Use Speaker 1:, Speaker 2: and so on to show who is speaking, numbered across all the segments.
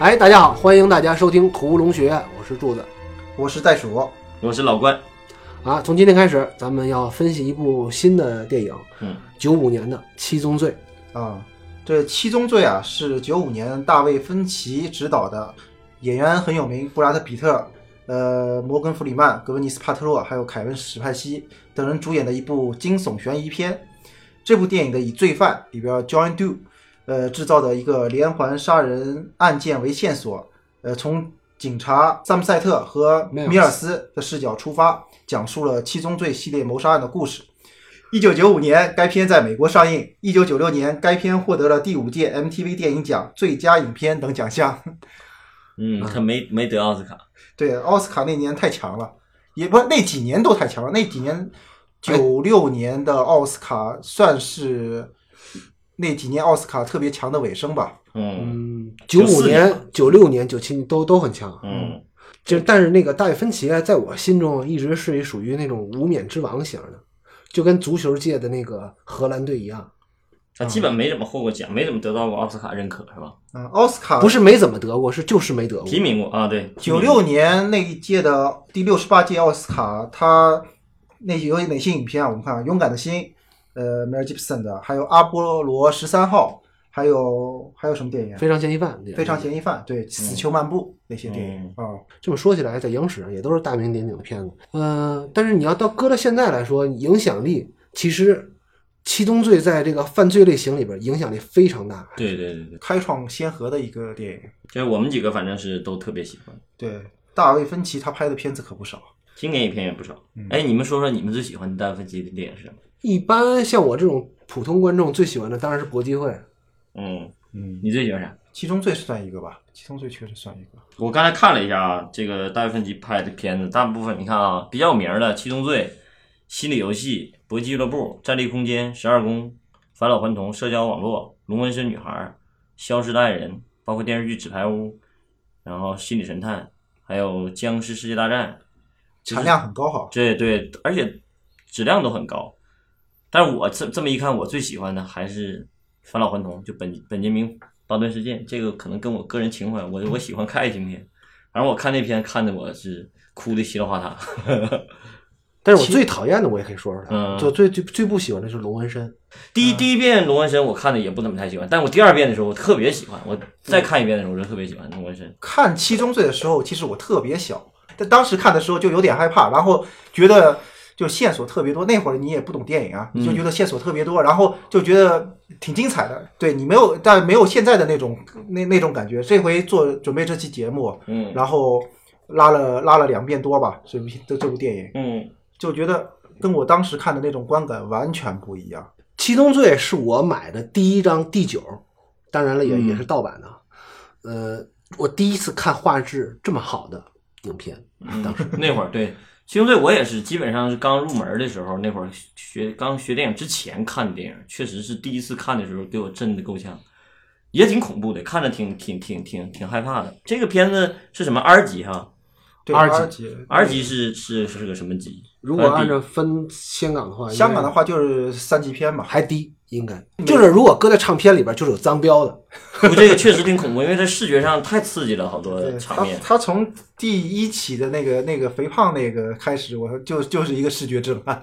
Speaker 1: 哎，大家好，欢迎大家收听《屠龙学》，我是柱子
Speaker 2: 我是袋鼠，
Speaker 3: 我是老关，
Speaker 1: 啊。从今天开始，咱们要分析一部新的电影，
Speaker 3: 嗯，
Speaker 1: 九五年的《七宗罪》。
Speaker 2: 啊，这《七宗罪》啊是九五年大卫芬奇执导的，演员很有名，布拉德·比特、呃摩根·弗里曼、格温尼斯·帕特洛还有凯文·史派西等人主演的一部惊悚悬疑片。这部电影的以罪犯里边 John Doe，呃制造的一个连环杀人案件为线索，呃从警察萨姆塞特和
Speaker 1: 梅尔斯
Speaker 2: 米尔斯的视角出发，讲述了七宗罪系列谋杀案的故事。一九九五年，该片在美国上映。一九九六年，该片获得了第五届 MTV 电影奖最佳影片等奖项。
Speaker 3: 嗯，他没没得奥斯卡，
Speaker 2: 对，奥斯卡那年太强了，也不那几年都太强了。那几年，
Speaker 1: 哎
Speaker 2: 九六年的奥斯卡算是那几年奥斯卡特别强的尾声吧。
Speaker 3: 嗯
Speaker 1: 嗯，九五
Speaker 3: 94
Speaker 1: 年、九六年、九七都都很强。啊
Speaker 3: 嗯
Speaker 1: 就但是那个大卫芬奇啊，在我心中一直是属于那种无冕之王型的，就跟足球界的那个荷兰队一样，
Speaker 3: 他基本没怎么获过奖，没怎么得到过奥斯卡认可，是吧？
Speaker 2: 嗯，奥斯卡
Speaker 1: 不是没怎么得过，是就是没得过。
Speaker 3: 提名过啊，对，提
Speaker 2: 九
Speaker 3: 名
Speaker 2: 六年那一届的第六十八届奥斯卡，它那有哪些影片啊？我们看啊，《勇敢的心》，呃，梅尔吉普森的，还有《阿波罗十三号》，还有还有什么电影啊？
Speaker 1: 非常嗯嫌疑犯，对
Speaker 2: 非常嫌疑犯，对，《死囚漫步》那些电影啊，
Speaker 1: 这么说起来，在影史上也都是大名鼎鼎的片子。呃，但是你要到搁到现在来说，影响力其实七宗罪在这个犯罪类型里边影响力非常大。
Speaker 3: 对对对对，
Speaker 2: 开创先河的一个电影。
Speaker 3: 就是我们几个反正是都特别喜欢，
Speaker 2: 对，大卫芬奇他拍的片子可不少。
Speaker 3: 经典影片也不少。哎，你们说说你们最喜欢达芬奇的电影是什么？
Speaker 1: 一般像我这种普通观众最喜欢的当然是搏击会。
Speaker 3: 嗯，
Speaker 2: 嗯，
Speaker 3: 你最喜欢啥？
Speaker 2: 七宗罪算一个吧，七宗罪确实算一个。
Speaker 3: 我刚才看了一下啊，这个大卫芬奇拍的片子，大部分你看啊，比较有名儿的《七宗罪》《心理游戏》《搏击俱乐部》《战地空间》《十二宫》《返老还童》《社交网络》《龙纹身女孩》《消失的爱人》，包括电视剧《纸牌屋》，然后《心理神探》，还有《僵尸世界大战》，
Speaker 2: 产量很高哈，
Speaker 3: 这对，而且质量都很高。但是我这这么一看，我最喜欢的还是《返老还童》，就本本杰明·巴顿事件，这个可能跟我个人情怀，我我喜欢看爱情片。反正我看那篇看的我是哭的稀里哗啦。
Speaker 1: 但是我最讨厌的我也可以说说它，
Speaker 3: 嗯
Speaker 1: 就最最最不喜欢的是龙纹身。
Speaker 3: 第一第一遍《龙纹身》我看的也不怎么太喜欢，但我第二遍的时候我特别喜欢，我再看一遍的时候我就特别喜欢《龙纹身》。
Speaker 2: 看《七宗罪》的时候，其实我特别小，但当时看的时候就有点害怕，然后觉得就线索特别多。那会儿你也不懂电影啊，你就觉得线索特别多，然后就觉得挺精彩的。对你没有，但没有现在的那种那那种感觉。这回做准备这期节目，
Speaker 3: 嗯
Speaker 2: 然后拉了拉了两遍多吧，这部这这部电影
Speaker 3: 嗯，
Speaker 2: 就觉得跟我当时看的那种观感完全不一样。
Speaker 1: 七宗罪是我买的第一张第九，当然了也、也是盗版的。呃，我第一次看画质这么好的影片，当时
Speaker 3: 嗯 那会儿对《七宗罪》，我也是基本上是刚入门的时候，那会儿学刚学电影之前看的电影，确实是第一次看的时候给我震得够呛，也挺恐怖的，看着挺挺挺挺挺害怕的。这个片子是什么 R 级哈
Speaker 2: 对
Speaker 1: 二级
Speaker 2: 二级
Speaker 3: ？R 级是是是个什么级？
Speaker 1: 如果按
Speaker 3: 呃
Speaker 1: 照分香港的话，
Speaker 2: 香港的
Speaker 1: 话
Speaker 2: 话就是三级片嘛，
Speaker 1: 还低，应该就是如果搁在唱片里边，就是有脏标的。
Speaker 3: 比我这个确实挺恐怖，因为它视觉上太刺激了，好多
Speaker 2: 对
Speaker 3: 场
Speaker 2: 他
Speaker 3: 面，。
Speaker 2: 他从第一期的那个那个肥胖那个开始，我就就是一个视觉震撼。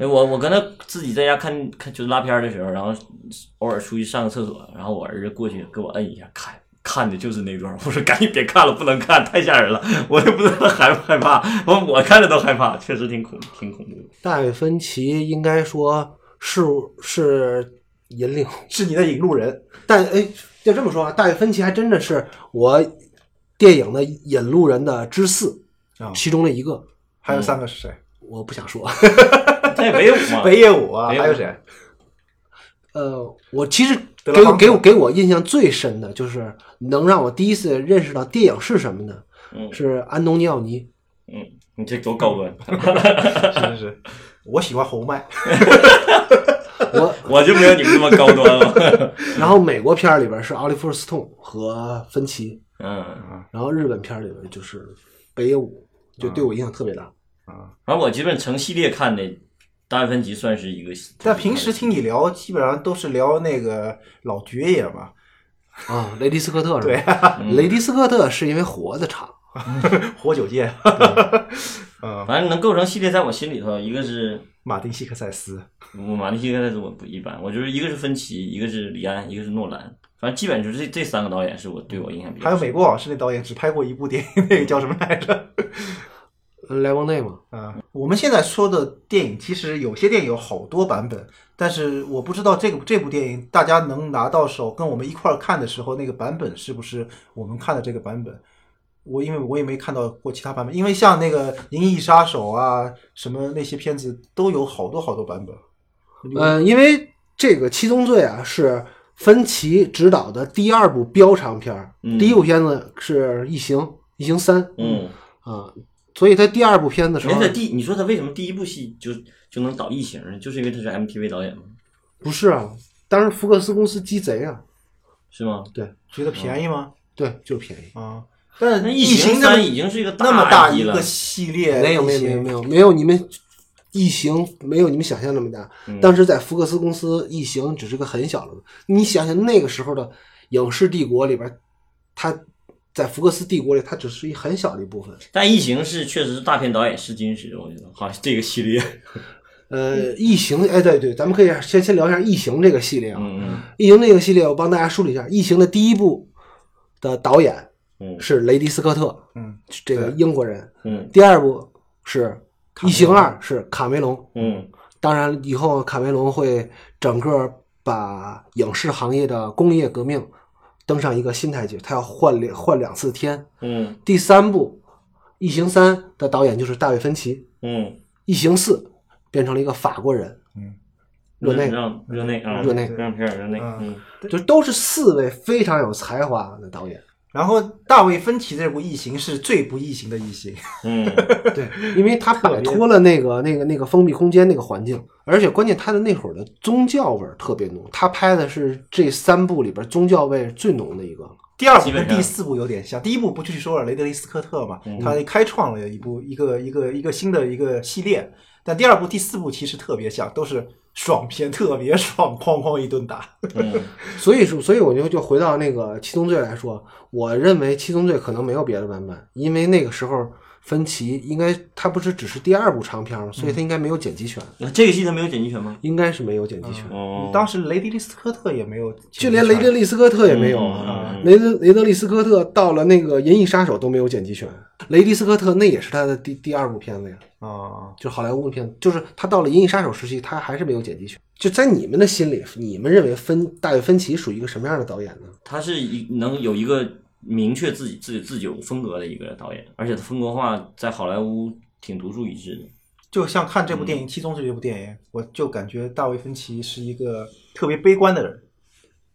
Speaker 3: 哎我我跟他自己在家看看就是拉片儿的时候，然后偶尔出去上个厕所，然后我儿子过去给我摁一下，看看的就是那段儿。我说赶紧别看了，不能看，太吓人了。我也不知道他害不害怕，我我看着都害怕，确实挺恐挺恐怖的。
Speaker 1: 大卫芬奇应该说是是引领，
Speaker 2: 是你的引路人，
Speaker 1: 但哎，要这么说啊，大卫芬奇还真的是我电影的引路人的之四
Speaker 2: 啊
Speaker 1: 其中的一个，
Speaker 2: 还有三个是谁？
Speaker 1: 我不想说。
Speaker 3: 他也没有嘛，
Speaker 2: 北野武啊，
Speaker 3: 北野武
Speaker 2: 还有谁？
Speaker 1: 呃，我其实
Speaker 2: 德
Speaker 1: 给
Speaker 2: 拉
Speaker 1: 我
Speaker 2: 邦
Speaker 1: 给我给我印象最深的就是能让我第一次认识到电影是什么呢？
Speaker 3: 嗯
Speaker 1: 是安东尼奥尼。
Speaker 3: 嗯，你这多高端，
Speaker 2: 是是是，我喜欢侯麦。
Speaker 1: 我
Speaker 3: 我就没有你们这么高端了。
Speaker 1: 然后美国片儿里边是奥利弗·斯通和芬奇，
Speaker 3: 嗯，
Speaker 1: 然后日本片儿里边就是北野武，就对我影响特别大。
Speaker 3: 反正我基本成系列看的《大卫芬奇》算是一个。
Speaker 2: 但平时听你聊，基本上都是聊那个老爵爷嘛。
Speaker 1: 啊，雷迪斯科特是吧？
Speaker 2: 对
Speaker 3: 嗯
Speaker 1: 雷迪斯科特是因为活的长，
Speaker 2: 活九届，嗯，
Speaker 3: 反正能构成系列，在我心里头，一个是
Speaker 2: 马丁·希克塞斯，
Speaker 3: 我马蒂希克塞斯我不一般，我觉得一个是芬奇，一个是李安，一个是诺兰，反正基本就是这这三个导演是我对我印象比较
Speaker 2: 还有
Speaker 3: 深。
Speaker 2: 《美国往事》那导演只拍过一部电影，那个叫什么来着？
Speaker 1: 嗯莱翁内嘛，
Speaker 2: 啊，我们现在说的电影，其实有些电影有好多版本，但是我不知道这个这部电影大家能拿到手，跟我们一块儿看的时候，那个版本是不是我们看的这个版本？我因为我也没看到过其他版本，因为像那个《银翼杀手》啊，什么那些片子都有好多好多版本。
Speaker 1: 呃，因为这个《七宗罪》啊是芬奇执导的第二部标长片儿，
Speaker 3: 嗯
Speaker 1: 第一部片子是《异形》《异形三》
Speaker 3: 嗯，
Speaker 1: 啊，所以他第二部片的时
Speaker 3: 没
Speaker 1: 候
Speaker 3: 他第你说他为什么第一部戏就就能导异形呢？就是因为他是 MTV 导演吗？
Speaker 1: 不是啊，当时福克斯公司鸡贼啊，
Speaker 3: 是吗？
Speaker 1: 对
Speaker 2: 觉得便宜吗？
Speaker 1: 对，就是便宜。
Speaker 2: 啊，但
Speaker 3: 那
Speaker 2: 异那
Speaker 3: 形三
Speaker 2: 么
Speaker 3: 已经是一个
Speaker 2: 那么大
Speaker 3: IP
Speaker 2: 一
Speaker 3: 了
Speaker 2: 个，系列，
Speaker 1: 没有没有没有没有没有你们异形没有你们想象那么大。
Speaker 3: 嗯
Speaker 1: 当时在福克斯公司，异形只是个很小的。你想想那个时候的影视帝国里边，它在福克斯帝国里，它只是一很小的一部分。
Speaker 3: 但异形是确实是大片导演试金石，我觉得好这个系列，嗯
Speaker 1: 呃，异形，哎，对对，咱们可以先先聊一下异形这个系列啊。
Speaker 3: 嗯
Speaker 1: 异形这个系列，我帮大家梳理一下。异形的第一部的导演
Speaker 3: 嗯
Speaker 1: 是雷迪斯科特，
Speaker 2: 嗯，
Speaker 1: 这个
Speaker 2: 对
Speaker 1: 英国人。
Speaker 3: 嗯
Speaker 1: 第二部是《异形二》，是卡梅隆。
Speaker 3: 嗯
Speaker 1: 当然，以后卡梅隆会整个把影视行业的工业革命登上一个新台阶，他要换两换两次天。
Speaker 3: 嗯
Speaker 1: 第三部《异形三》的导演就是大卫芬奇，《
Speaker 3: 嗯，
Speaker 1: 异形四》变成了一个法国人，
Speaker 2: 嗯，
Speaker 1: 热内
Speaker 3: 让热内啊，
Speaker 1: 热内啊
Speaker 3: 让皮尔热内，嗯
Speaker 1: 就都是四位非常有才华的导演。
Speaker 2: 然后大卫芬奇这部《异形》是最不异形的异形，
Speaker 3: 嗯
Speaker 1: 对，因为他摆脱了那个那个那个封闭空间那个环境，而且关键他的那会儿的宗教味儿特别浓，他拍的是这三部里边宗教味儿最浓的一个了。
Speaker 2: 第二部
Speaker 3: 基本
Speaker 2: 跟
Speaker 3: 上
Speaker 2: 第四部有点像。第一部不去说了，雷德利·斯科特嘛
Speaker 3: 嗯，
Speaker 2: 他开创了一部一个一个一个新的一个系列。但第二部、第四部其实特别像，都是爽片，特别爽，哐哐一顿打。
Speaker 3: 嗯
Speaker 1: 所以说，所以我就就回到那个《七宗罪》来说，我认为《七宗罪》可能没有别的版本，因为那个时候芬奇应该他不是只是第二部长片吗？所以他应该没有剪辑权，啊
Speaker 3: 嗯，这个戏他没有剪辑权吗？
Speaker 1: 嗯应该是没有剪辑权，
Speaker 3: 哦，
Speaker 2: 当时雷德利·斯科特也没有，
Speaker 1: 就连雷德利·斯科特也没有啊。
Speaker 3: 啊
Speaker 1: 雷德雷德利·斯科特到了那个《银翼杀手》都没有剪辑权，雷迪斯科特那也是他的第第二部片子呀，
Speaker 2: 啊，
Speaker 1: 就好莱坞的片子，就是他到了《银翼杀手》时期，他还是没有剪辑权。就在你们的心里，你们认为芬大卫芬奇属于一个什么样的导演呢？
Speaker 3: 他是一能有一个明确自己自己自己有风格的一个导演，而且他风格化在好莱坞挺独树一帜的。
Speaker 2: 就像看这部电影《七宗罪》这部电影，我就感觉大卫·芬奇是一个特别悲观的人，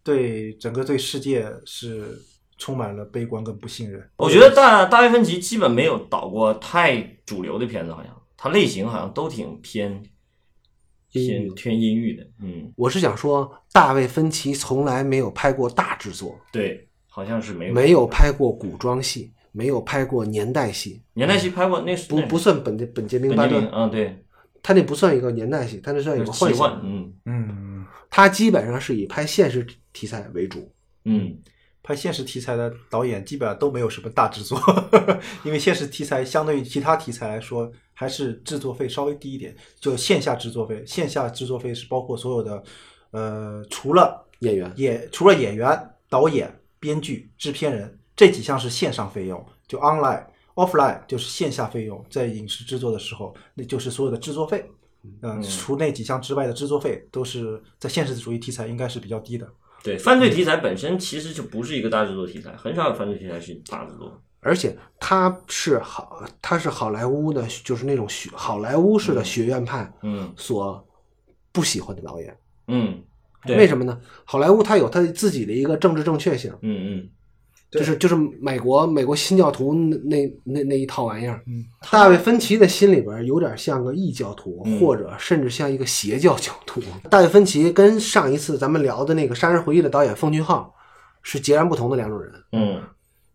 Speaker 2: 对整个对世界是充满了悲观跟不信任。
Speaker 3: 我觉得大大卫芬奇基本没有导过太主流的片子，好像他类型好像都挺偏
Speaker 1: 阴郁
Speaker 3: 偏偏阴郁的。嗯，
Speaker 1: 我是想说，大卫芬奇从来没有拍过大制作，
Speaker 3: 对，好像是没有
Speaker 1: 没有拍过古装戏，没有拍过年代戏，
Speaker 3: 年代戏拍过那是
Speaker 1: 不不算本本杰明巴
Speaker 3: 本杰明
Speaker 1: 顿，
Speaker 3: 啊，对，
Speaker 1: 他那不算一个年代戏，他那算一个
Speaker 3: 奇
Speaker 1: 幻
Speaker 3: 幻
Speaker 1: 想。，
Speaker 3: 嗯
Speaker 2: 嗯，
Speaker 1: 他基本上是以拍现实题材为主。
Speaker 3: 嗯，
Speaker 2: 拍现实题材的导演基本上都没有什么大制作， 因为现实题材相对于其他题材来说，还是制作费稍微低一点。就线下制作费，线下制作费是包括所有的，呃，除了
Speaker 1: 演员
Speaker 2: 演除了演员、导演、编剧、制片人这几项是线上费用，就 online、offline 就是线下费用，在影视制作的时候，那就是所有的制作费。嗯，除那几项之外的制作费都是在现实主义题材应该是比较低的。
Speaker 3: 对，犯罪题材本身其实就不是一个大制作题材，很少有犯罪题材是大制作。
Speaker 1: 而且他是好，他是好莱坞的，就是那种学好莱坞式的学院派
Speaker 3: 嗯
Speaker 1: 所不喜欢的导演。
Speaker 3: 嗯，对，
Speaker 1: 为
Speaker 3: 么？
Speaker 1: 什么呢？好莱坞他有他自己的一个政治正确性，
Speaker 3: 嗯嗯。
Speaker 2: 对
Speaker 1: 就是就是美国美国新教徒那那那那一套玩意儿。
Speaker 2: 嗯
Speaker 1: 大卫芬奇的心里边有点像个异教徒，
Speaker 3: 嗯
Speaker 1: 或者甚至像一个邪教教徒。大卫芬奇跟上一次咱们聊的那个《杀人回忆》的导演奉俊昊是截然不同的两种人。
Speaker 3: 嗯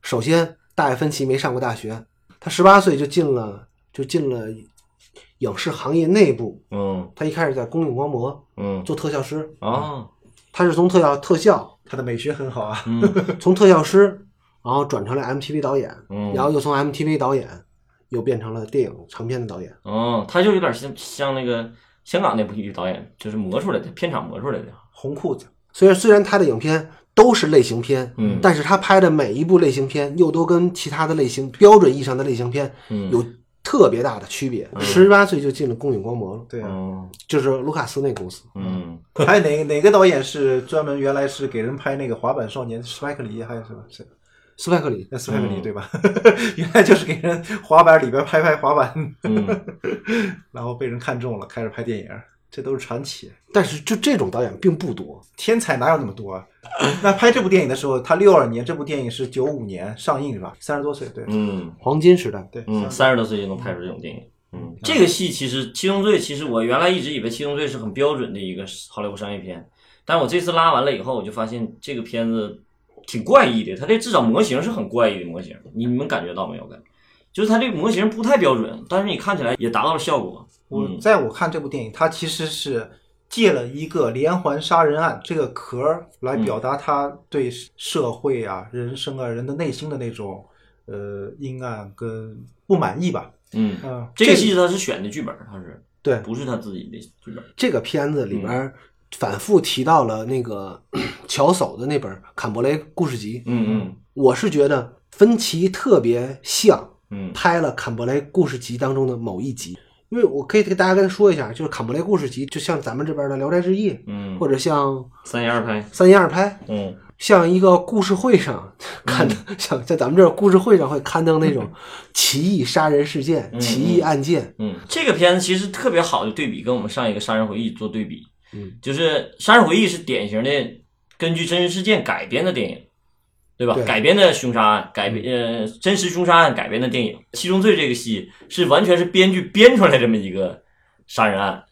Speaker 1: 首先，大卫芬奇没上过大学，他十八岁就进了就进了影视行业内部。
Speaker 3: 嗯
Speaker 1: 他一开始在公映光魔
Speaker 3: 嗯
Speaker 1: 做特效师，
Speaker 3: 啊，
Speaker 1: 他是从特效特效
Speaker 2: 他的美学很好啊。
Speaker 3: 嗯
Speaker 1: 从特效师，然后转成了 MTV 导演，
Speaker 3: 嗯，
Speaker 1: 然后又从 MTV 导演又变成了电影长片的导演。
Speaker 3: 哦，他就有点像像那个香港那部剧导演，就是磨出来的，片场磨出来的。
Speaker 2: 红裤子，
Speaker 1: 虽然虽然他的影片都是类型片，
Speaker 3: 嗯
Speaker 1: 但是他拍的每一部类型片又都跟其他的类型标准意义上的类型片
Speaker 3: 嗯，
Speaker 1: 有特别大的区别。十八岁就进了公影光魔了，
Speaker 2: 对啊。
Speaker 3: 哦，
Speaker 1: 就是卢卡斯那公司。
Speaker 3: 嗯，
Speaker 2: 还有哪哪个导演是专门原来是给人拍那个滑板少年史派克里，还有什么谁？
Speaker 1: 斯派克里
Speaker 2: 那斯派克里
Speaker 3: 嗯
Speaker 2: 对吧？ 原来就是给人滑板里边拍拍滑板，
Speaker 3: 嗯，
Speaker 2: 然后被人看中了，开始拍电影，这都是传奇。
Speaker 1: 但是就这种导演并不多，
Speaker 2: 天才哪有那么多啊？ 那拍这部电影的时候，他六二年，这部电影是九五年上映是吧？三十多岁，对，
Speaker 3: 嗯，
Speaker 1: 黄金时代。
Speaker 2: 对，
Speaker 3: 嗯，
Speaker 2: 32
Speaker 3: 三十多岁就能拍出这种电影。嗯，这个戏其实《七宗罪》，其实我原来一直以为《七宗罪》是很标准的一个好莱坞商业片，但我这次拉完了以后，我就发现这个片子挺怪异的。它这至少模型是很怪异的模型，你们感觉到没有？感觉就是它这个模型不太标准，但是你看起来也达到了效果。
Speaker 2: 我
Speaker 3: 嗯
Speaker 2: 在我看这部电影，它其实是借了一个连环杀人案这个壳儿来
Speaker 1: 嗯
Speaker 2: 表达他对社会啊、人生啊、人的内心的那种呃阴暗跟不满意吧。
Speaker 3: 嗯，
Speaker 2: 嗯、
Speaker 3: 这个戏他是选的剧本，他是
Speaker 1: 对
Speaker 3: 不是他自己的剧本？
Speaker 1: 这个片子里
Speaker 3: 嗯
Speaker 1: 边反复提到了那个 乔叟的那本《坎伯雷故事集》，
Speaker 3: 嗯
Speaker 1: 我是觉得芬奇特别像
Speaker 3: 嗯
Speaker 1: 拍了《坎伯雷故事集》当中的某一集，因为我可以给大家跟说一下，就是《坎伯雷故事集》就像咱们这边的《聊斋志异》，
Speaker 3: 嗯
Speaker 1: 或
Speaker 3: 者
Speaker 1: 者像
Speaker 3: 三言二拍，
Speaker 1: 三言二拍，
Speaker 3: 嗯
Speaker 1: 像一个故事会上刊登， 像在咱们这儿故事会上会刊登那 种奇异杀人事件、
Speaker 3: 嗯
Speaker 1: 奇异案件，
Speaker 3: 嗯，这个片子其实特别好的对比，跟我们上一个《杀人回忆》做对比，
Speaker 1: 嗯，
Speaker 3: 就是《杀人回忆》是典型的根据真实事件改编的电影。对吧？
Speaker 1: 对嗯
Speaker 3: 改编的凶杀案，改编呃真实凶杀案改编的电影《七宗罪》这个戏是完全是编剧编出来这么一个杀人案，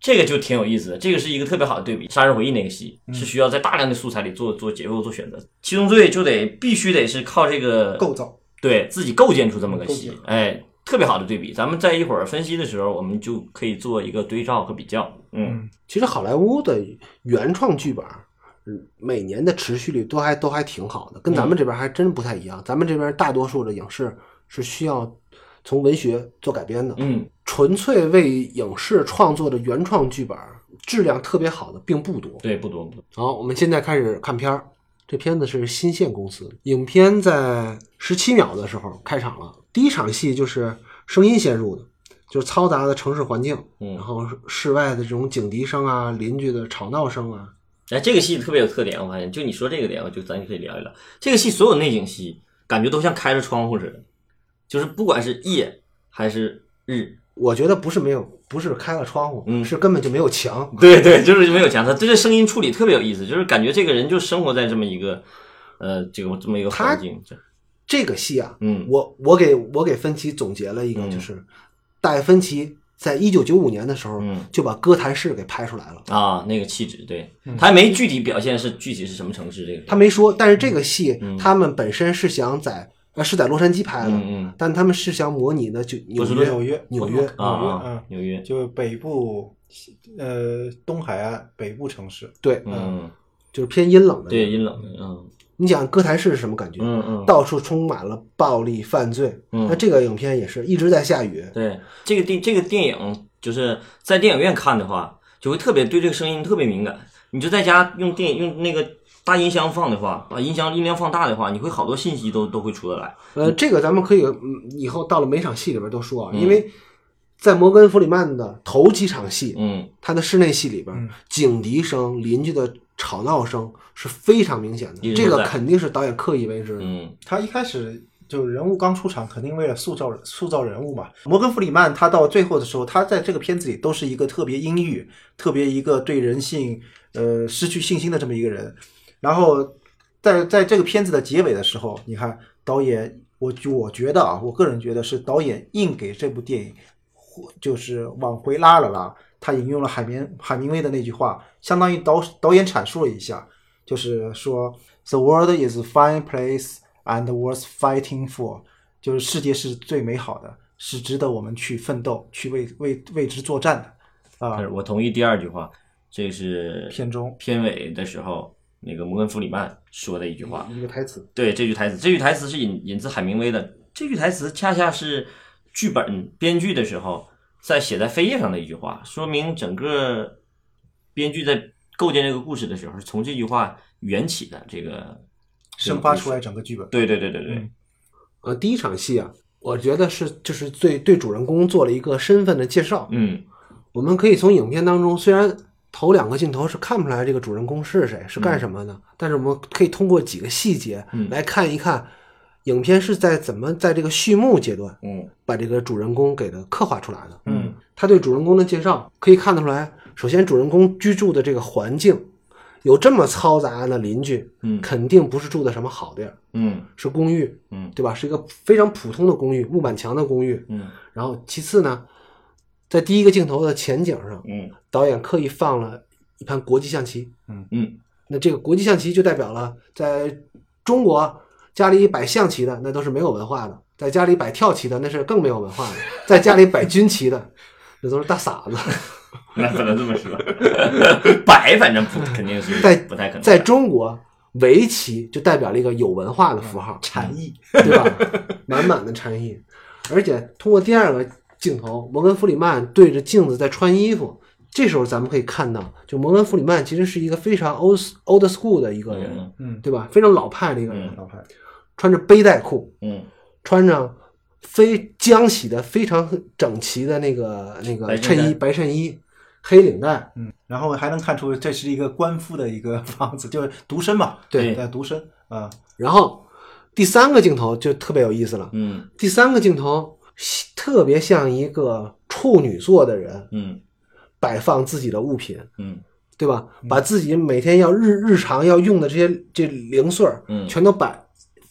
Speaker 3: 这个就挺有意思的，这个是一个特别好的对比。《杀人回忆》那个戏
Speaker 1: 嗯
Speaker 3: 是需要在大量的素材里做做结构、做选择，《七宗罪》就得必须得是靠这个
Speaker 2: 构造，
Speaker 3: 对自己构建出这么个
Speaker 2: 构
Speaker 3: 戏
Speaker 2: 建，
Speaker 3: 哎，特别好的对比。咱们在一会儿分析的时候，我们就可以做一个对照和比较。嗯
Speaker 1: 其实好莱坞的原创剧本，嗯，每年的持续率都还都还挺好的，跟咱们这边还真不太一样。咱们这边大多数的影视是需要从文学做改编的，
Speaker 3: 嗯
Speaker 1: 纯粹为影视创作的原创剧本质量特别好的并不多。
Speaker 3: 对，不多不多。
Speaker 1: 好，我们现在开始看片儿。这片子是新线公司，影片在十七秒的时候开场了。第一场戏就是声音先入的，就是嘈杂的城市环境，
Speaker 3: 嗯
Speaker 1: 然后室外的这种警笛声啊、邻居的吵闹声啊，
Speaker 3: 哎，这个戏特别有特点，我发现，就你说这个点，我就咱就可以聊一聊。这个戏所有内景戏，感觉都像开着窗户似的，就是不管是夜还是日，
Speaker 1: 我觉得不是没有，不是开了窗户，
Speaker 3: 嗯
Speaker 1: 是根本就没有墙。
Speaker 3: 对对，就是没有强，他这个声音处理特别有意思，就是感觉这个人就生活在这么一个呃这个这么一个环境。这
Speaker 1: 这个戏啊，
Speaker 3: 嗯
Speaker 1: 我我给我给芬奇总结了一个，
Speaker 3: 嗯
Speaker 1: 就是戴芬奇在一九九五年的时候、
Speaker 3: 嗯
Speaker 1: 就把哥谭市给拍出来了。
Speaker 3: 啊，那个气质，对他没具体表现是具体是什么城市，这个
Speaker 1: 他没说，但是这个戏、
Speaker 3: 嗯
Speaker 1: 他们本身是想在呃是在洛杉矶拍的，
Speaker 3: 嗯嗯
Speaker 1: 但他们是想模拟的就纽
Speaker 3: 不是
Speaker 1: 约
Speaker 2: 纽约嗯
Speaker 1: 纽约
Speaker 3: 啊啊纽约，
Speaker 2: 就北部，呃，东海岸北部城市，
Speaker 1: 对，
Speaker 3: 嗯，
Speaker 1: 就是偏阴冷的。
Speaker 3: 对，，阴冷，嗯
Speaker 1: 你想哥谭市是什么感觉？
Speaker 3: 嗯嗯，
Speaker 1: 到处充满了暴力犯罪。
Speaker 3: 嗯
Speaker 1: 那这个影片也是一直在下雨，
Speaker 3: 对这个电这个电影，就是在电影院看的话，就会特别对这个声音特别敏感。你就在家用电用那个大音箱放的话，把音箱音量放大的话，你会好多信息都都会出得来。
Speaker 1: 呃，这个咱们可以嗯以后到了每场戏里边都说啊，
Speaker 3: 嗯
Speaker 1: 因为在摩根弗里曼的头几场戏，
Speaker 3: 嗯
Speaker 1: 他的室内戏里边，
Speaker 2: 嗯
Speaker 1: 警笛声、邻居的吵闹声是非常明显
Speaker 3: 一
Speaker 1: 的，
Speaker 3: 直
Speaker 1: 这
Speaker 3: 都
Speaker 1: 个
Speaker 3: 在
Speaker 1: 肯定是导演刻意为之的。
Speaker 3: 嗯
Speaker 2: 他一开始就是人物刚出场，肯定为了塑造塑造人物嘛。摩根弗里曼他到最后的时候，他在这个片子里都是一个特别阴郁、特别一个对人性呃失去信心的这么一个人。然后在在这个片子的结尾的时候，你看导演，我我觉得啊，我个人觉得是导演硬给这部电影就是往回拉了拉。他引用了海明海明威的那句话，相当于导导演阐述了一下，就是说 “The world is a fine place and worth fighting for”，就是世界是最美好的，是值得我们去奋斗、去为为为之作战的。啊、
Speaker 3: 但是我同意第二句话，这是
Speaker 2: 片中
Speaker 3: 片尾的时候，那个摩根弗里曼说的一句话。
Speaker 2: 一个台词，
Speaker 3: 对这句台词，这句台词是引引自海明威的。这句台词恰恰是剧本编剧的时候在写在扉页上的一句话，说明整个编剧在构建这个故事的时候是从这句话缘起的。这个
Speaker 2: 生发出来整个剧本。
Speaker 3: 对对对对对
Speaker 2: 嗯，
Speaker 1: 呃，第一场戏啊，我觉得是就是对对主人公做了一个身份的介绍。
Speaker 3: 嗯
Speaker 1: 我们可以从影片当中，虽然头两个镜头是看不出来这个主人公是谁，是干什么的，但是我们可以通过几个细节
Speaker 3: 嗯
Speaker 1: 来看一看，影片是在怎么在这个序幕阶段
Speaker 3: 嗯
Speaker 1: 把这个主人公给它刻画出来的。
Speaker 2: 嗯，
Speaker 1: 他对主人公的介绍可以看得出来，首先主人公居住的这个环境有这么嘈杂的邻居，
Speaker 3: 嗯
Speaker 1: 肯定不是住的什么好地儿，
Speaker 3: 嗯
Speaker 1: 是公寓，
Speaker 3: 嗯
Speaker 1: 对吧？是一个非常普通的公寓，木板墙的公寓。
Speaker 3: 嗯
Speaker 1: 然后其次呢，在第一个镜头的前景上，
Speaker 3: 嗯
Speaker 1: 导演刻意放了一盘国际象棋。
Speaker 3: 嗯
Speaker 1: 那这个国际象棋就代表了在中国家里摆象棋的那都是没有文化的，在家里摆跳棋的那是更没有文化的，在家里摆军棋的那都是大傻子。
Speaker 3: 那不能这么 说，摆反正不肯定是
Speaker 1: 在
Speaker 3: 不太可能。
Speaker 1: 在中国，围棋就代表了一个有文化的符
Speaker 3: 嗯
Speaker 1: 号，
Speaker 2: 禅意，
Speaker 1: 对吧？ 满满的禅意。而且通过第二个镜头，摩根弗里曼对着镜子在穿衣服，这时候咱们可以看到，就摩根弗里曼其实是一个非常 old old school 的一个人，
Speaker 3: 嗯
Speaker 2: 嗯，
Speaker 1: 对吧？非常老派的一个人，
Speaker 3: 嗯
Speaker 2: 老牌，
Speaker 1: 穿着背带裤，
Speaker 3: 嗯
Speaker 1: 穿着非浆洗的非常整齐的那个那个
Speaker 3: 白衬
Speaker 1: 衬衣
Speaker 3: 衫
Speaker 1: 白衬衣，黑领带，
Speaker 2: 嗯，然后还能看出这是一个官夫的一个 房子，就是独身嘛，
Speaker 1: 对。
Speaker 2: 对，独身啊，
Speaker 1: 然后第三个镜头就特别有意思了，
Speaker 3: 嗯
Speaker 1: 第三个镜头西特别像一个处女座的人
Speaker 3: 嗯
Speaker 1: 摆放自己的物品，
Speaker 3: 嗯
Speaker 1: 对吧？把自己每天要日日常要用的这些这零碎儿，
Speaker 3: 嗯
Speaker 1: 全都摆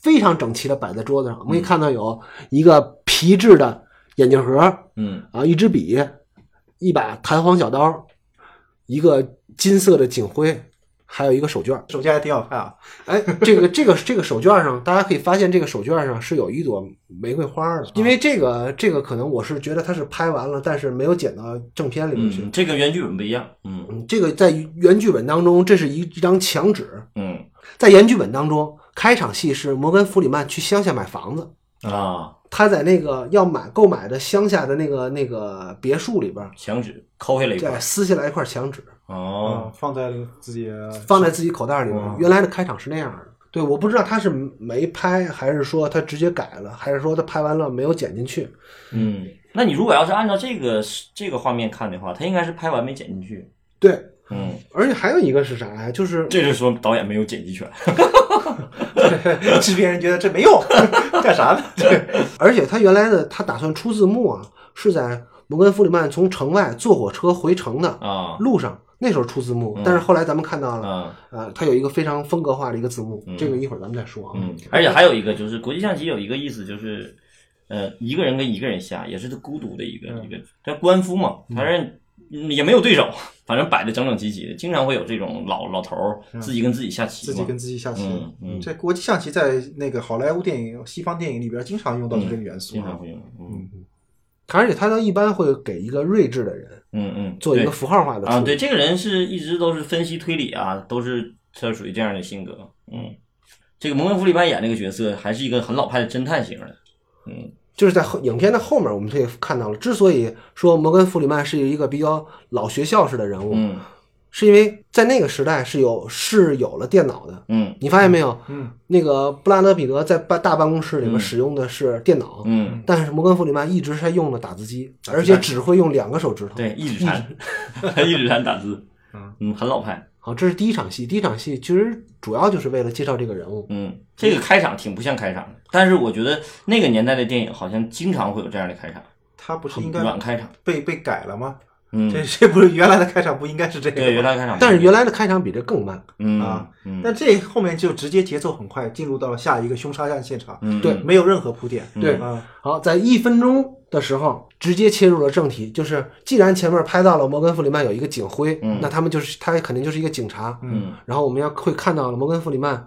Speaker 1: 非常整齐的摆在桌子上。我们可以看到有一个皮质的眼镜盒
Speaker 3: 嗯
Speaker 1: 啊，一支笔，一把弹簧小刀，一个金色的警徽，还有一个手绢儿。
Speaker 2: 手机还挺好看啊，
Speaker 1: 哎，这个这个这个手绢上，大家可以发现这个手绢上是有一朵玫瑰花的，因为这个这个可能我是觉得它是拍完了，但是没有剪到正片里面去。
Speaker 3: 嗯，这个原剧本不一样。嗯
Speaker 1: 嗯，这个在原剧本当中，这是一一张墙纸，
Speaker 3: 嗯
Speaker 1: 在原剧本当中，开场戏是摩根弗里曼去乡下买房子。
Speaker 3: 啊，
Speaker 1: 他在那个要买购买的乡下的那个那个别墅里边儿，
Speaker 3: 墙纸抠下来一块
Speaker 1: 对，。撕下来一块墙纸，
Speaker 2: 啊，
Speaker 3: 哦，
Speaker 2: 放在自己
Speaker 1: 放在自己口袋里面
Speaker 2: 哦。
Speaker 1: 原来的开场是那样的。对，我不知道他是没拍，还是说他直接改了，还是说他拍完了没有剪进去。
Speaker 3: 嗯，那你如果要是按照这个这个画面看的话，他应该是拍完没剪进去。
Speaker 1: 对，
Speaker 3: 嗯，
Speaker 1: 而且还有一个是啥呀？就是
Speaker 3: 这就说导演没有剪辑权。
Speaker 2: 制片人觉得这没用， 干啥呢？对，
Speaker 1: 而且他原来的他打算出字幕啊，是在摩根弗里曼从城外坐火车回城的
Speaker 3: 啊
Speaker 1: 路上，那时候出字幕
Speaker 3: 嗯。
Speaker 1: 但是后来咱们看到了，
Speaker 3: 啊
Speaker 1: 呃，他有一个非常风格化的一个字幕
Speaker 3: 嗯，
Speaker 1: 这个一会儿咱们再说啊。
Speaker 3: 嗯，而且还有一个就是国际象棋有一个意思就是，呃，一个人跟一个人下也是他孤独的一个、一个，他官夫嘛，反正嗯也没有对手，反正摆的整整齐齐的，经常会有这种老老头儿自己跟自己下棋
Speaker 2: 自己
Speaker 3: 嘛。
Speaker 2: 跟自己下棋。
Speaker 3: 嗯嗯，
Speaker 2: 这国际象棋在那个好莱坞电影、西方电影里边经常用到这个元素
Speaker 3: 经常
Speaker 2: 啊。
Speaker 3: 会用。嗯
Speaker 1: 而且他都一般会给一个睿智的人
Speaker 3: 嗯嗯，
Speaker 1: 做一
Speaker 3: 对
Speaker 1: 个符号化的
Speaker 3: 啊，
Speaker 1: 处
Speaker 3: 对，
Speaker 1: 理。
Speaker 3: 这个人是一直都是分析推理啊，都是他属于这样的性格。嗯，这个摩根弗里曼演这个角色还是一个很老派的侦探型的。嗯
Speaker 1: 就是在后影片的后面，我们可以看到了，之所以说摩根弗里曼是一个比较老学校式的人物，
Speaker 3: 嗯
Speaker 1: 是因为在那个时代是有是有了电脑的。
Speaker 3: 嗯
Speaker 1: 你发现没有？
Speaker 2: 嗯，
Speaker 1: 那个布拉德彼得在办大办公室里
Speaker 3: 嗯
Speaker 1: 面使用的是电脑，
Speaker 3: 嗯，
Speaker 1: 但是摩根弗里曼一直是用的打字机，而且只会用两个手指头。
Speaker 3: 对，一 指禅，一指禅打字
Speaker 2: 嗯。
Speaker 3: 嗯，很老派。
Speaker 1: 好，这是第一场戏。第一场戏其实主要就是为了介绍这个人物。
Speaker 3: 嗯，这个开场挺不像开场的，但是我觉得那个年代的电影好像经常会有这样的开场，
Speaker 2: 他不是应该
Speaker 3: 软开场。
Speaker 2: 被被改了吗？
Speaker 3: 嗯，
Speaker 2: 这 这不是原来的开场不应该是这个吗？
Speaker 3: 对，原来开场不一样。
Speaker 1: 但是原来的开场比这更慢，
Speaker 3: 嗯
Speaker 2: 啊
Speaker 3: 嗯，
Speaker 2: 但这后面就直接节奏很快，进入到了下一个凶杀案现场，
Speaker 3: 嗯
Speaker 1: 对
Speaker 2: 没有任何铺垫。
Speaker 1: 对
Speaker 2: 啊，
Speaker 1: 好，在一分钟的时候直接切入了正题，就是既然前面拍到了摩根弗里曼有一个警徽，
Speaker 3: 嗯
Speaker 1: 那他们就是他肯定就是一个警察。
Speaker 3: 嗯
Speaker 1: 然后我们要会看到了摩根弗里曼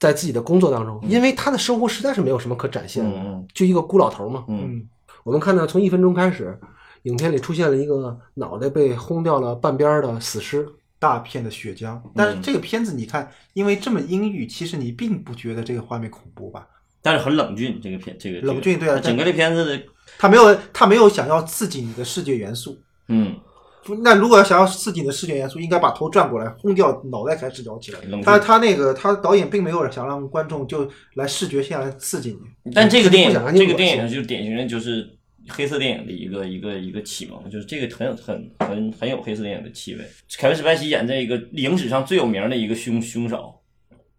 Speaker 1: 在自己的工作当中，因为他的生活实在是没有什么可展现的，
Speaker 3: 嗯
Speaker 1: 就一个孤老头嘛。
Speaker 3: 嗯
Speaker 2: 嗯
Speaker 1: 我们看到从一分钟开始，影片里出现了一个脑袋被轰掉了半边儿的死尸，
Speaker 2: 大片的血浆。但
Speaker 3: 嗯
Speaker 2: 是这个片子你看，因为这么阴郁，其实你并不觉得这个画面恐怖吧？
Speaker 3: 但是很冷峻，这个片这个这个
Speaker 2: 冷峻对啊
Speaker 3: 它整个这片子的，
Speaker 2: 他没有他没有想要刺激你的视觉元素。
Speaker 3: 嗯，
Speaker 2: 不那如果要想要刺激你的视觉元素，应该把头转过来，轰掉脑袋开始摇起来。
Speaker 3: 冷
Speaker 2: 他
Speaker 3: 峻。
Speaker 2: 他那个他导演并没有想让观众就来视觉性来刺激你，
Speaker 3: 但这个电
Speaker 1: 不想让
Speaker 3: 影，
Speaker 1: 你
Speaker 3: 这个
Speaker 1: 恶心
Speaker 3: 电影就是典型的，就是黑色电影的一个一个一个启蒙，就是这个很有很很很有黑色电影的气味。凯文·史派西演这一个影史上最有名的一个凶凶手，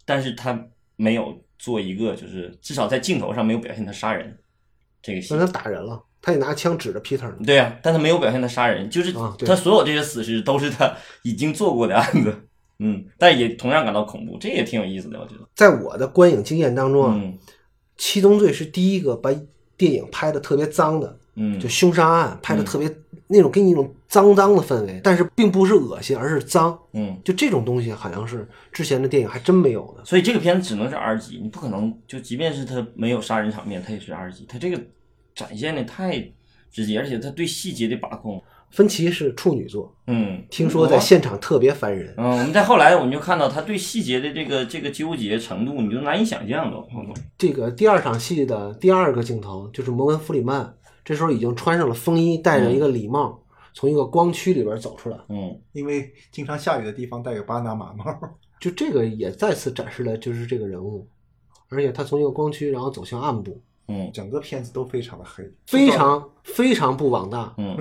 Speaker 3: 但是他没有做一个，就是至少在镜头上没有表现他杀人这个戏
Speaker 1: 让。他打人了，他也拿枪指着 Peter 呢。
Speaker 3: 对呀、但他没有表现他杀人，就是
Speaker 1: 啊对
Speaker 3: 他所有这些死尸都是他已经做过的案子，嗯，但也同样感到恐怖，这也挺有意思的，我觉得。
Speaker 1: 在我的观影经验当中啊，
Speaker 3: 嗯
Speaker 1: 七宗罪》是第一个把电影拍的特别脏的，
Speaker 3: 嗯，
Speaker 1: 就凶杀案拍的特别、那种给你一种脏脏的氛围，但是并不是恶心，而是脏。
Speaker 3: 嗯，
Speaker 1: 就这种东西好像是之前的电影还真没有的。
Speaker 3: 所以这个片子只能是 R 级，你不可能就即便是他没有杀人场面，他也是 R 级。他这个展现的太直接，而且他对细节的把控，
Speaker 1: 芬奇是处女座，
Speaker 3: 嗯
Speaker 1: 听说在现场特别烦人。
Speaker 3: 嗯，我们在后来我们就看到他对细节的这个这个纠结程度，你就难以想象都。
Speaker 1: 这个第二场戏的第二个镜头就是摩根·弗里曼，这时候已经穿上了风衣，戴上一个礼帽，从一个光区里边走出来。
Speaker 3: 嗯，
Speaker 2: 因为经常下雨的地方带有巴拿马帽。
Speaker 1: 就这个也再次展示了就是这个人物，而且他从一个光区然后走向暗部，
Speaker 3: 嗯
Speaker 2: 整个片子都非常的黑，
Speaker 1: 非常非常不网大。
Speaker 3: 嗯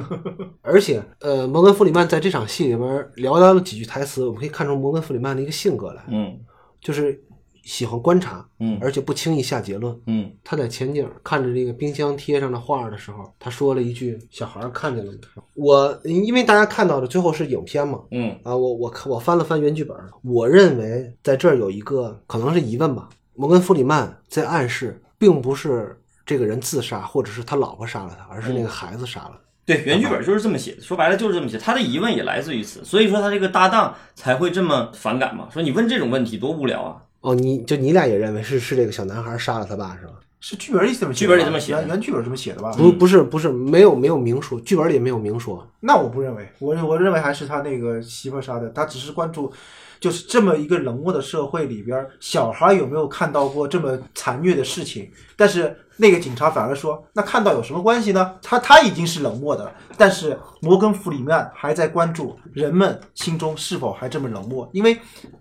Speaker 1: 而且，呃，摩根·弗里曼在这场戏里边聊聊了几句台词，我们可以看出摩根·弗里曼的一个性格来，
Speaker 3: 嗯
Speaker 1: 就是喜欢观察，
Speaker 3: 嗯
Speaker 1: 而且不轻易下结论。
Speaker 3: 嗯
Speaker 1: 他在前景看着这个冰箱贴上的画儿的时候，他说了一句：“小孩儿看见了吗？”我因为大家看到的最后是影片嘛，
Speaker 3: 嗯
Speaker 1: 啊，我我看我翻了翻原剧本，我认为在这儿有一个可能是疑问吧。摩根·弗里曼在暗示，并不是这个人自杀，或者是他老婆杀了他，而是
Speaker 2: 嗯
Speaker 1: 那个孩子杀了他。
Speaker 3: 对，原剧本就是这么写的，说白了就是这么写。他的疑问也来自于此，所以说他这个搭档才会这么反感嘛。说你问这种问题多无聊啊！
Speaker 1: 哦，你就你俩也认为是是这个小男孩杀了他爸是吧？
Speaker 2: 是剧本里这么写的吧
Speaker 3: 剧本里这么写的嗯
Speaker 2: 原原剧本这么写的吧？
Speaker 1: 不，不是，不是，没有没有明说，剧本里也没有明说。
Speaker 2: 那我不认为，我我认为还是他那个媳妇儿杀的，他只是关注，就是这么一个冷漠的社会里边，小孩有没有看到过这么残虐的事情？但是那个警察反而说，那看到有什么关系呢？他他已经是冷漠的了，但是摩根·弗里曼还在关注人们心中是否还这么冷漠，因为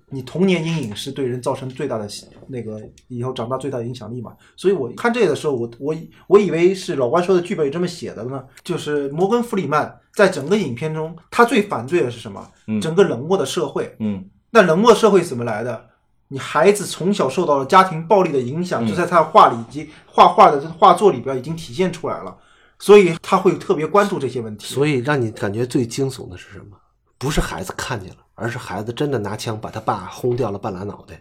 Speaker 2: 你童年阴影是对人造成最大的那个以后长大最大的影响力嘛。所以我看这个的时候，我我以我以为是老关说的剧本也这么写的呢，就是摩根·弗里曼在整个影片中，他最反对的是什么？
Speaker 3: 嗯
Speaker 2: 整个冷漠的社会。
Speaker 3: 嗯
Speaker 2: 那冷漠社会怎么来的？你孩子从小受到了家庭暴力的影响，
Speaker 3: 嗯
Speaker 2: 就在他的画里以及画画的画作里边已经体现出来了，所以他会特别关注这些问题。
Speaker 1: 所以让你感觉最惊悚的是什么？不是孩子看见了，而是孩子真的拿枪把他爸轰掉了半拉脑袋。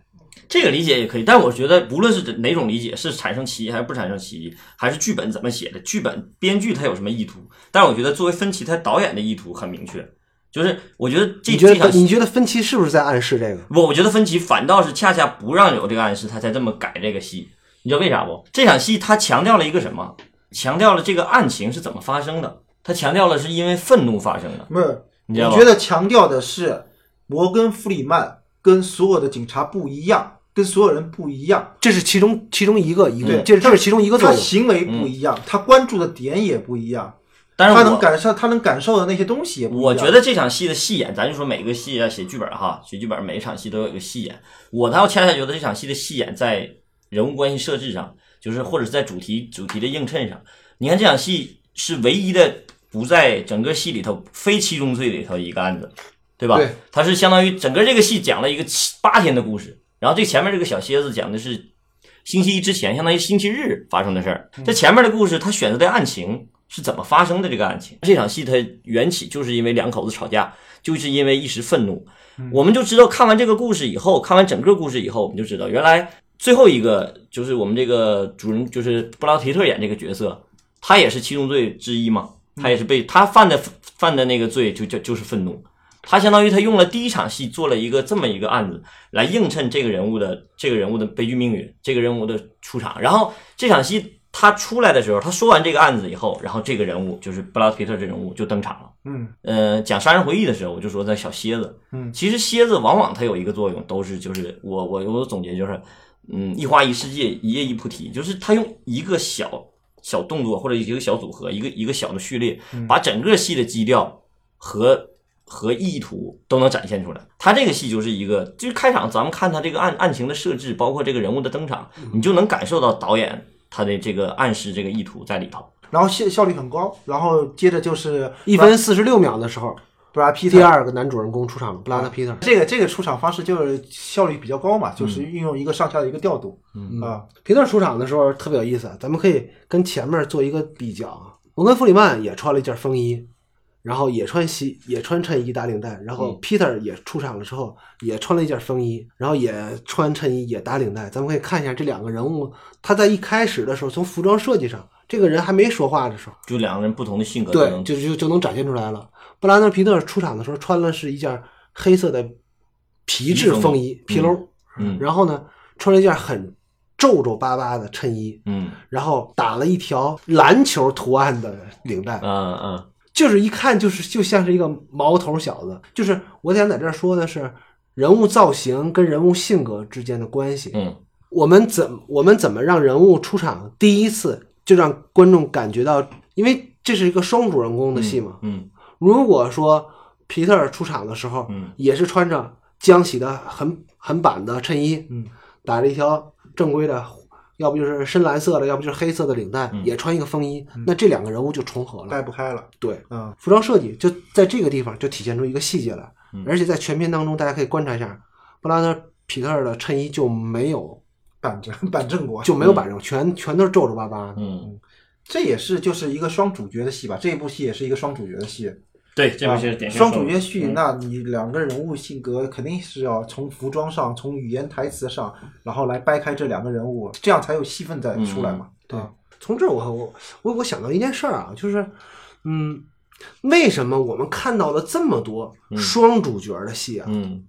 Speaker 3: 这个理解也可以，但我觉得不论是哪种理解，是产生歧义还是不产生歧义，还是剧本怎么写的，剧本编剧他有什么意图？但是我觉得作为芬奇，他导演的意图很明确，就是我觉得这
Speaker 1: 你觉
Speaker 3: 这场
Speaker 1: 得你觉得芬奇是不是在暗示这个？
Speaker 3: 不，我觉得芬奇反倒是恰恰不让有这个暗示，他才这么改这个戏。你知道为啥不？这场戏他强调了一个什么？强调了这个案情是怎么发生的。他强调了是因为愤怒发生的，
Speaker 2: 没有，
Speaker 3: 你知道
Speaker 2: 我
Speaker 3: 吧
Speaker 2: 觉得强调的是摩根·弗里曼跟所有的警察不一样，跟所有人不一样，
Speaker 1: 这是其中其中一个一个，
Speaker 2: 对
Speaker 1: 这是这是其中一个作
Speaker 2: 他
Speaker 1: 用。
Speaker 2: 行为不一样，他关注的点也不一样，
Speaker 3: 嗯但是
Speaker 2: 他
Speaker 3: 我
Speaker 2: 能感受他能感受的那些东西也不一样。
Speaker 3: 我觉得这场戏的戏演，咱就说每个戏啊，写剧本哈，写剧本每一场戏都有一个戏演。我倒恰恰觉得这场戏的戏演在人物关系设置上，就是或者是在主题主题的映衬上。你看这场戏是唯一的不在整个戏里头非七宗罪里头一个案子，对吧？
Speaker 2: 对
Speaker 3: 它是相当于整个这个戏讲了一个七八天的故事，然后这前面这个小蝎子讲的是星期一之前，相当于星期日发生的事儿。这前面的故事，他选择的案情是怎么发生的？这个案情，这场戏它缘起就是因为两口子吵架，就是因为一时愤怒。我们就知道，看完这个故事以后，看完整个故事以后，我们就知道，原来最后一个就是我们这个主人，就是布拉德皮特演这个角色，他也是七宗罪之一嘛，他也是被他犯的犯的那个罪就就就是愤怒。他相当于他用了第一场戏做了一个这么一个案子来映衬这个人物的这个人物的悲剧命运，这个人物的出场。然后这场戏他出来的时候，他说完这个案子以后，然后这个人物就是布拉德皮特这人物就登场了。
Speaker 2: 嗯
Speaker 3: 呃，讲杀人回忆的时候，我就说在小蝎子，
Speaker 2: 嗯
Speaker 3: 其实蝎子往往它有一个作用，都是就是我我我总结就是，嗯，一花一世界，一叶一菩提，就是它用一个小小动作或者一个小组合，一个一个小的序列，
Speaker 1: 嗯
Speaker 3: 把整个戏的基调和和意图都能展现出来。它这个戏就是一个，就是开场咱们看它这个案案情的设置，包括这个人物的登场，
Speaker 1: 嗯
Speaker 3: 你就能感受到导演他的这个暗示这个意图在里头。
Speaker 2: 然后效效率很高，然后接着就是
Speaker 1: 一分四十六秒的时候，
Speaker 2: 布拉皮特
Speaker 1: 第二个男主人公出场了，布拉德皮特。
Speaker 2: 这个这个出场方式就是效率比较高嘛，就是运用一个上下的一个调度，
Speaker 3: 嗯
Speaker 2: 啊，
Speaker 1: 皮特出场的时候特别有意思，咱们可以跟前面做一个比较啊。摩根·弗里曼也穿了一件风衣，然后也穿西也穿衬衣打领带，然后
Speaker 3: 嗯
Speaker 1: Peter 也出场了之后也穿了一件风衣，然后也穿衬衣也打领带。咱们可以看一下这两个人物，他在一开始的时候，从服装设计上，这个人还没说话的时候，
Speaker 3: 就两个人不同的性格都
Speaker 1: 对，
Speaker 3: 能
Speaker 1: 就就就能展现出来了。布拉德·皮特出场的时候穿的是一件黑色的皮质风衣皮褛，
Speaker 3: 嗯
Speaker 1: 然后呢穿了一件很皱皱巴巴的衬衣，
Speaker 3: 嗯
Speaker 1: 然后打了一条篮球图案的领带，
Speaker 3: 嗯嗯
Speaker 1: 就是一看就是就像是一个毛头小子。就是我想在这儿说的是，人物造型跟人物性格之间的关系。
Speaker 3: 嗯
Speaker 1: 我们怎我们怎么让人物出场第一次就让观众感觉到，因为这是一个双主人公的戏嘛。
Speaker 3: 嗯
Speaker 1: 如果说皮特尔出场的时候，
Speaker 3: 嗯
Speaker 1: 也是穿着浆洗的很很板的衬衣，
Speaker 2: 嗯，
Speaker 1: 打着一条正规的，要不就是深蓝色的，要不就是黑色的领带，
Speaker 3: 嗯
Speaker 1: 也穿一个风衣，那这两个人物就重合了。
Speaker 2: 掰不开了，
Speaker 1: 对，
Speaker 2: 嗯，
Speaker 1: 服装设计就在这个地方就体现出一个细节来，
Speaker 3: 嗯
Speaker 1: 而且在全片当中，大家可以观察一下，布拉德皮特尔的衬衣就没有
Speaker 2: 板正 板正过，
Speaker 1: 就没有板正，全全都是皱皱巴巴的。
Speaker 3: 嗯，
Speaker 2: 这也是就是一个双主角的戏吧，这一部戏也是一个双主角的戏，
Speaker 3: 对，这
Speaker 2: 啊
Speaker 3: 不是典型
Speaker 2: 双主角戏，
Speaker 3: 嗯
Speaker 2: 那你两个人物性格肯定是要从服装上、从语言台词上，然后来掰开这两个人物，这样才有戏份再出来嘛。
Speaker 1: 对
Speaker 2: 啊，
Speaker 1: 从这儿我我我我想到一件事儿啊，就是，嗯，为什么我们看到了这么多双主角的戏啊，
Speaker 3: 嗯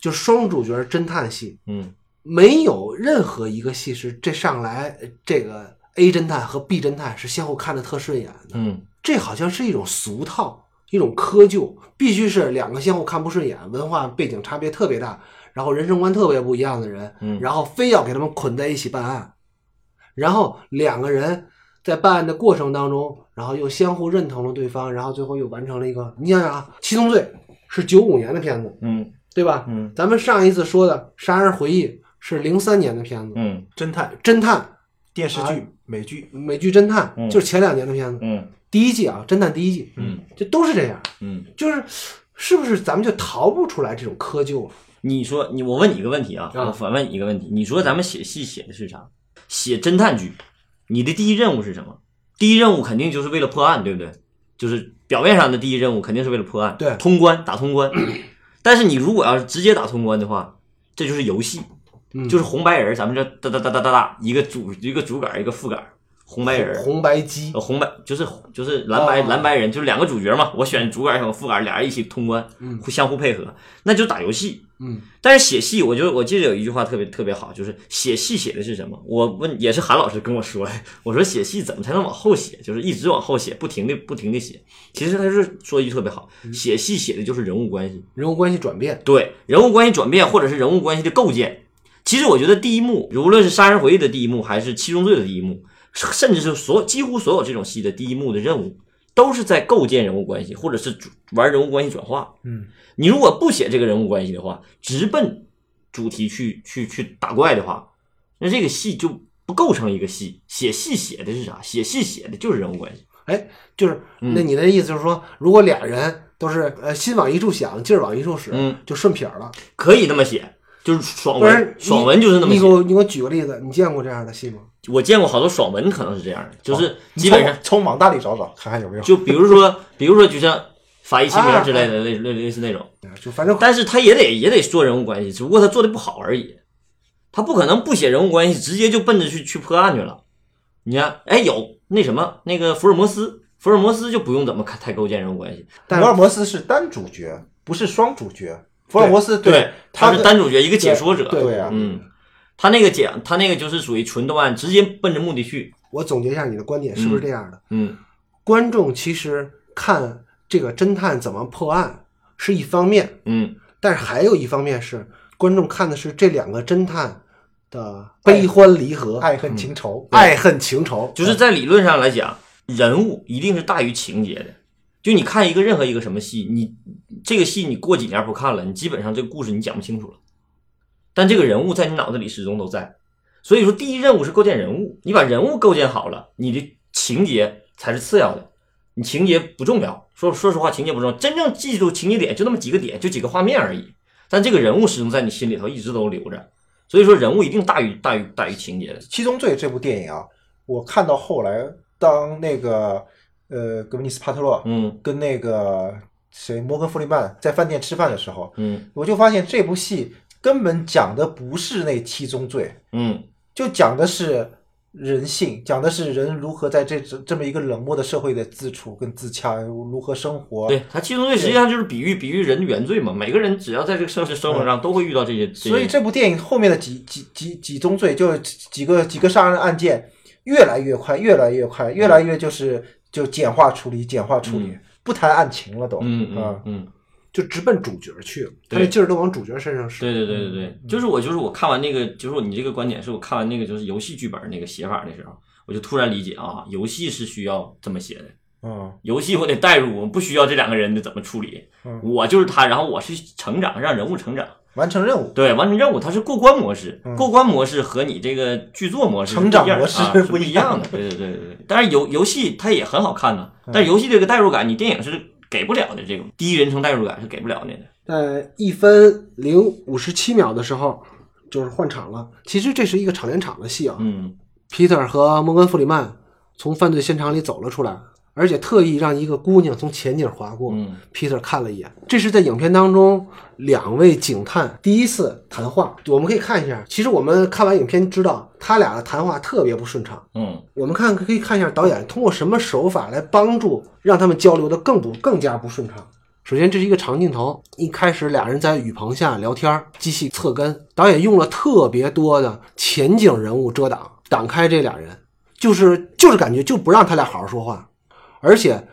Speaker 1: 就双主角侦探戏，
Speaker 3: 嗯
Speaker 1: 没有任何一个戏是这上来呃这个 A 侦探和 B 侦探是相互看的特顺眼的，
Speaker 3: 嗯
Speaker 1: 这好像是一种俗套，一种窠臼，必须是两个相互看不顺眼，文化背景差别特别大，然后人生观特别不一样的人，
Speaker 3: 嗯
Speaker 1: 然后非要给他们捆在一起办案，然后两个人在办案的过程当中，然后又相互认同了对方，然后最后又完成了一个，你想想啊，《七宗罪》是九五年的片子，
Speaker 3: 嗯
Speaker 1: 对吧？
Speaker 3: 嗯
Speaker 1: 咱们上一次说的《杀人回忆》是零三年的片子，
Speaker 3: 嗯
Speaker 2: 侦探
Speaker 1: 侦探
Speaker 2: 电视剧
Speaker 1: 啊、
Speaker 2: 美剧，
Speaker 1: 美剧侦探、
Speaker 3: 嗯
Speaker 1: 就是前两年的片子，
Speaker 3: 嗯
Speaker 1: 第一季啊，侦探第一季，
Speaker 3: 嗯
Speaker 1: 这都是这样，
Speaker 3: 嗯，
Speaker 1: 就是是不是咱们就逃不出来这种窠臼了？
Speaker 3: 你说你我问你一个问题啊，
Speaker 1: 啊
Speaker 3: 我反问你一个问题，你说咱们写戏写的是啥？写侦探剧，你的第一任务是什么？第一任务肯定就是为了破案，对不对？就是表面上的第一任务肯定是为了破案，
Speaker 1: 对
Speaker 3: 通关打 通关。但是你如果要是直接打通关的话，这就是游戏，
Speaker 1: 嗯
Speaker 3: 就是红白人儿，咱们这哒哒哒哒哒哒，一个主一个主杆儿一个副杆儿，红白人儿。
Speaker 1: 红白机
Speaker 3: 呃，红白就是就是蓝白、
Speaker 1: 哦
Speaker 3: 蓝白人，就是两个主角嘛。我选主杆，选副杆，俩人一起通关，
Speaker 1: 嗯
Speaker 3: 互相互配合，那就打游戏。
Speaker 1: 嗯，
Speaker 3: 但是写戏，我就我记得有一句话特别特别好，就是写戏写的是什么？我问也是韩老师跟我说的，我说写戏怎么才能往后写？就是一直往后写，不停的不停的写。其实他就是说一句特别好，
Speaker 1: 嗯
Speaker 3: 写戏写的就是人物关系。
Speaker 1: 人物关系转变，
Speaker 3: 对人物关系转变，或者是人物关系的构建。其实我觉得第一幕，无论是《杀人回忆》的第一幕，还是《七宗罪》的第一幕，甚至是所有几乎所有这种戏的第一幕的任务，都是在构建人物关系，或者是主玩人物关系转化。
Speaker 2: 嗯，
Speaker 3: 你如果不写这个人物关系的话，直奔主题去去去打怪的话，那这个戏就不构成一个戏。写戏写的是啥？写戏写的就是人物关系。
Speaker 1: 哎，就是
Speaker 3: 嗯
Speaker 1: 那你的意思就是说，如果俩人都是呃心往一处想，劲儿往一处使，
Speaker 3: 嗯
Speaker 1: 就顺撇儿了。
Speaker 3: 可以那么写，就是爽
Speaker 1: 不然
Speaker 3: 文，
Speaker 1: 你
Speaker 3: 爽文就是那么
Speaker 1: 你
Speaker 3: 写
Speaker 1: 给。我你给我举个例子，你见过这样的戏吗？
Speaker 3: 我见过好多爽文，可能是这样的，就是基本上
Speaker 2: 从从网大里找找看看有没有。
Speaker 3: 就比如说，比如说就像法医秦明之类的，类类类似那种，
Speaker 1: 哎就反正
Speaker 3: 但是他也得也得做人物关系，只不过他做的不好而已，他不可能不写人物关系，直接就奔着去去破案去了。你看，哎，有那什么那个福尔摩斯，福尔摩斯就不用怎么看太构建人物关系，
Speaker 1: 但
Speaker 2: 福尔摩斯是单主角，不是双主角。福尔摩斯
Speaker 3: 对，
Speaker 2: 他
Speaker 3: 是
Speaker 2: 的
Speaker 3: 单主角一个解说者，
Speaker 1: 对
Speaker 2: 对啊
Speaker 3: 嗯，他那个讲，他那个就是属于纯动漫，直接奔着目的去。
Speaker 1: 我总结一下你的观点，是不是这样的？
Speaker 3: 嗯
Speaker 1: 观众其实看这个侦探怎么破案是一方面，
Speaker 3: 嗯，
Speaker 1: 但是还有一方面是观众看的是这两个侦探的悲欢离合、
Speaker 2: 爱恨情仇，
Speaker 1: 嗯爱恨情仇，
Speaker 3: 就是在理论上来讲，人物一定是大于情节的。就你看一个任何一个什么戏，你这个戏你过几年不看了，你基本上这个故事你讲不清楚了。但这个人物在你脑子里始终都在，所以说第一任务是构建人物，你把人物构建好了，你的情节才是次要的。你情节不重要，说说实话，情节不重要，真正记住情节点就那么几个点，就几个画面而已。但这个人物始终在你心里头一直都留着，所以说人物一定大于大于大于情节的。
Speaker 2: 七宗罪》这部电影啊，我看到后来，当那个呃格温尼斯帕特洛
Speaker 3: 嗯
Speaker 2: 跟那个谁摩根弗里曼在饭店吃饭的时候，
Speaker 3: 嗯
Speaker 2: 我就发现这部戏根本讲的不是那七宗罪，
Speaker 3: 嗯
Speaker 2: 就讲的是人性，讲的是人如何在这这么一个冷漠的社会的自处跟自洽，如何生活。
Speaker 3: 对他七宗罪实际上就是比喻比喻人的原罪嘛，每个人只要在这个社会生活上都会遇到这些，这些
Speaker 2: 所以这部电影后面的几几几几宗罪，就是几个几个杀人案件，越来越快，越来越快，越来越就是就简化处理，简化处理，不谈案情了都。
Speaker 3: 嗯
Speaker 2: 啊
Speaker 3: 嗯嗯，
Speaker 1: 就直奔主角去了，他
Speaker 3: 对
Speaker 1: 这劲儿都往主角身上使。
Speaker 3: 对对对对对，
Speaker 2: 嗯
Speaker 3: 就是我就是我看完那个，就是你这个观点是我看完那个就是游戏剧本那个写法的时候，我就突然理解啊，游戏是需要这么写的。
Speaker 2: 嗯
Speaker 3: 游戏我得代入，我不需要这两个人的怎么处理，
Speaker 2: 嗯
Speaker 3: 我就是他，然后我是成长，让人物成长，
Speaker 2: 完成任务，
Speaker 3: 对，完成任务，它是过关模式，
Speaker 2: 嗯
Speaker 3: 过关模式和你这个剧作模式是
Speaker 2: 成长
Speaker 3: 不一样
Speaker 2: 模式
Speaker 3: 啊
Speaker 2: 是
Speaker 3: 是
Speaker 2: 不
Speaker 3: 不
Speaker 2: 一
Speaker 3: 一
Speaker 2: 样嗯
Speaker 3: 样的，对对对对对。但是游游戏它也很好看呢、但是游戏这个代入感，你电影是给不了的，这种第一人称代入感是给不了你的。
Speaker 1: 在一分零五十七秒的时候，就是换场了。其实这是一个场连场的戏啊。
Speaker 3: 嗯
Speaker 1: Peter 和摩根·弗里曼从犯罪现场里走了出来，而且特意让一个姑娘从前景划过。
Speaker 3: 嗯
Speaker 1: Peter 看了一眼，这是在影片当中两位警探第一次谈话。我们可以看一下，其实我们看完影片知道他俩的谈话特别不顺畅。
Speaker 3: 嗯
Speaker 1: 我们看可以看一下导演通过什么手法来帮助让他们交流的更不更加不顺畅。首先，这是一个长镜头，一开始俩人在雨棚下聊天儿，机器侧跟，导演用了特别多的前景人物遮挡，挡开这俩人，就是就是感觉就不让他俩好好说话，而且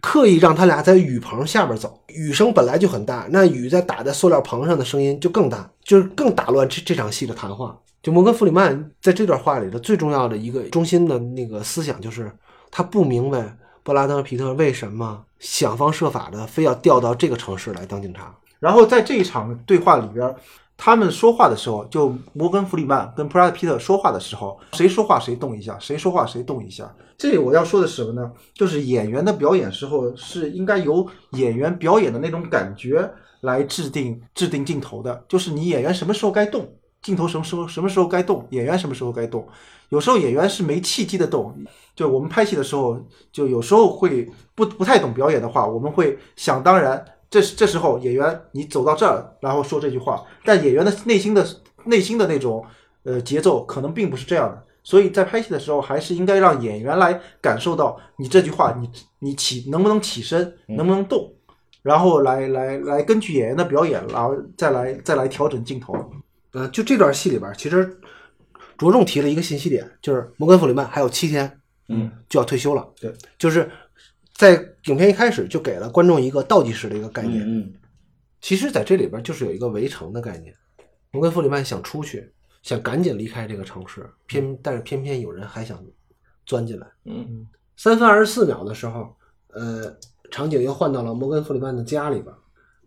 Speaker 1: 刻意让他俩在雨棚下边走，雨声本来就很大，那雨在打在塑料棚上的声音就更大，就是更打乱这这场戏的谈话。就摩根·弗里曼在这段话里的最重要的一个中心的那个思想就是，他不明白布拉登·皮特为什么想方设法的非要调到这个城市来当警察。
Speaker 2: 然后在这一场对话里边，他们说话的时候，就摩根弗里曼跟普拉德皮特说话的时候，谁说话谁动一下，谁说话谁动一下。这里我要说的是什么呢？就是演员的表演时候是应该由演员表演的那种感觉来制定制定镜头的，就是你演员什么时候该动。镜头什么时候什么时候该动，演员什么时候该动，有时候演员是没契机的动，就我们拍戏的时候，就有时候会不不太懂表演的话，我们会想当然，这这时候演员你走到这儿，然后说这句话，但演员的内心的内心的那种呃节奏可能并不是这样的，所以在拍戏的时候还是应该让演员来感受到你这句话，你你起能不能起身，能不能动，然后来来来根据演员的表演，然后再来再来调整镜头。
Speaker 1: 呃，就这段戏里边，其实着重提了一个信息点，就是摩根·弗里曼还有七天，
Speaker 3: 嗯，
Speaker 1: 就要退休了。
Speaker 2: 对，
Speaker 1: 就是在影片一开始就给了观众一个倒计时的一个概念。
Speaker 3: 嗯
Speaker 1: 其实，在这里边就是有一个围城的概念。摩根·弗里曼想出去，想赶紧离开这个城市，偏但是偏偏有人还想钻进来。
Speaker 3: 嗯
Speaker 1: 三分二十四秒的时候，呃，场景又换到了摩根·弗里曼的家里边，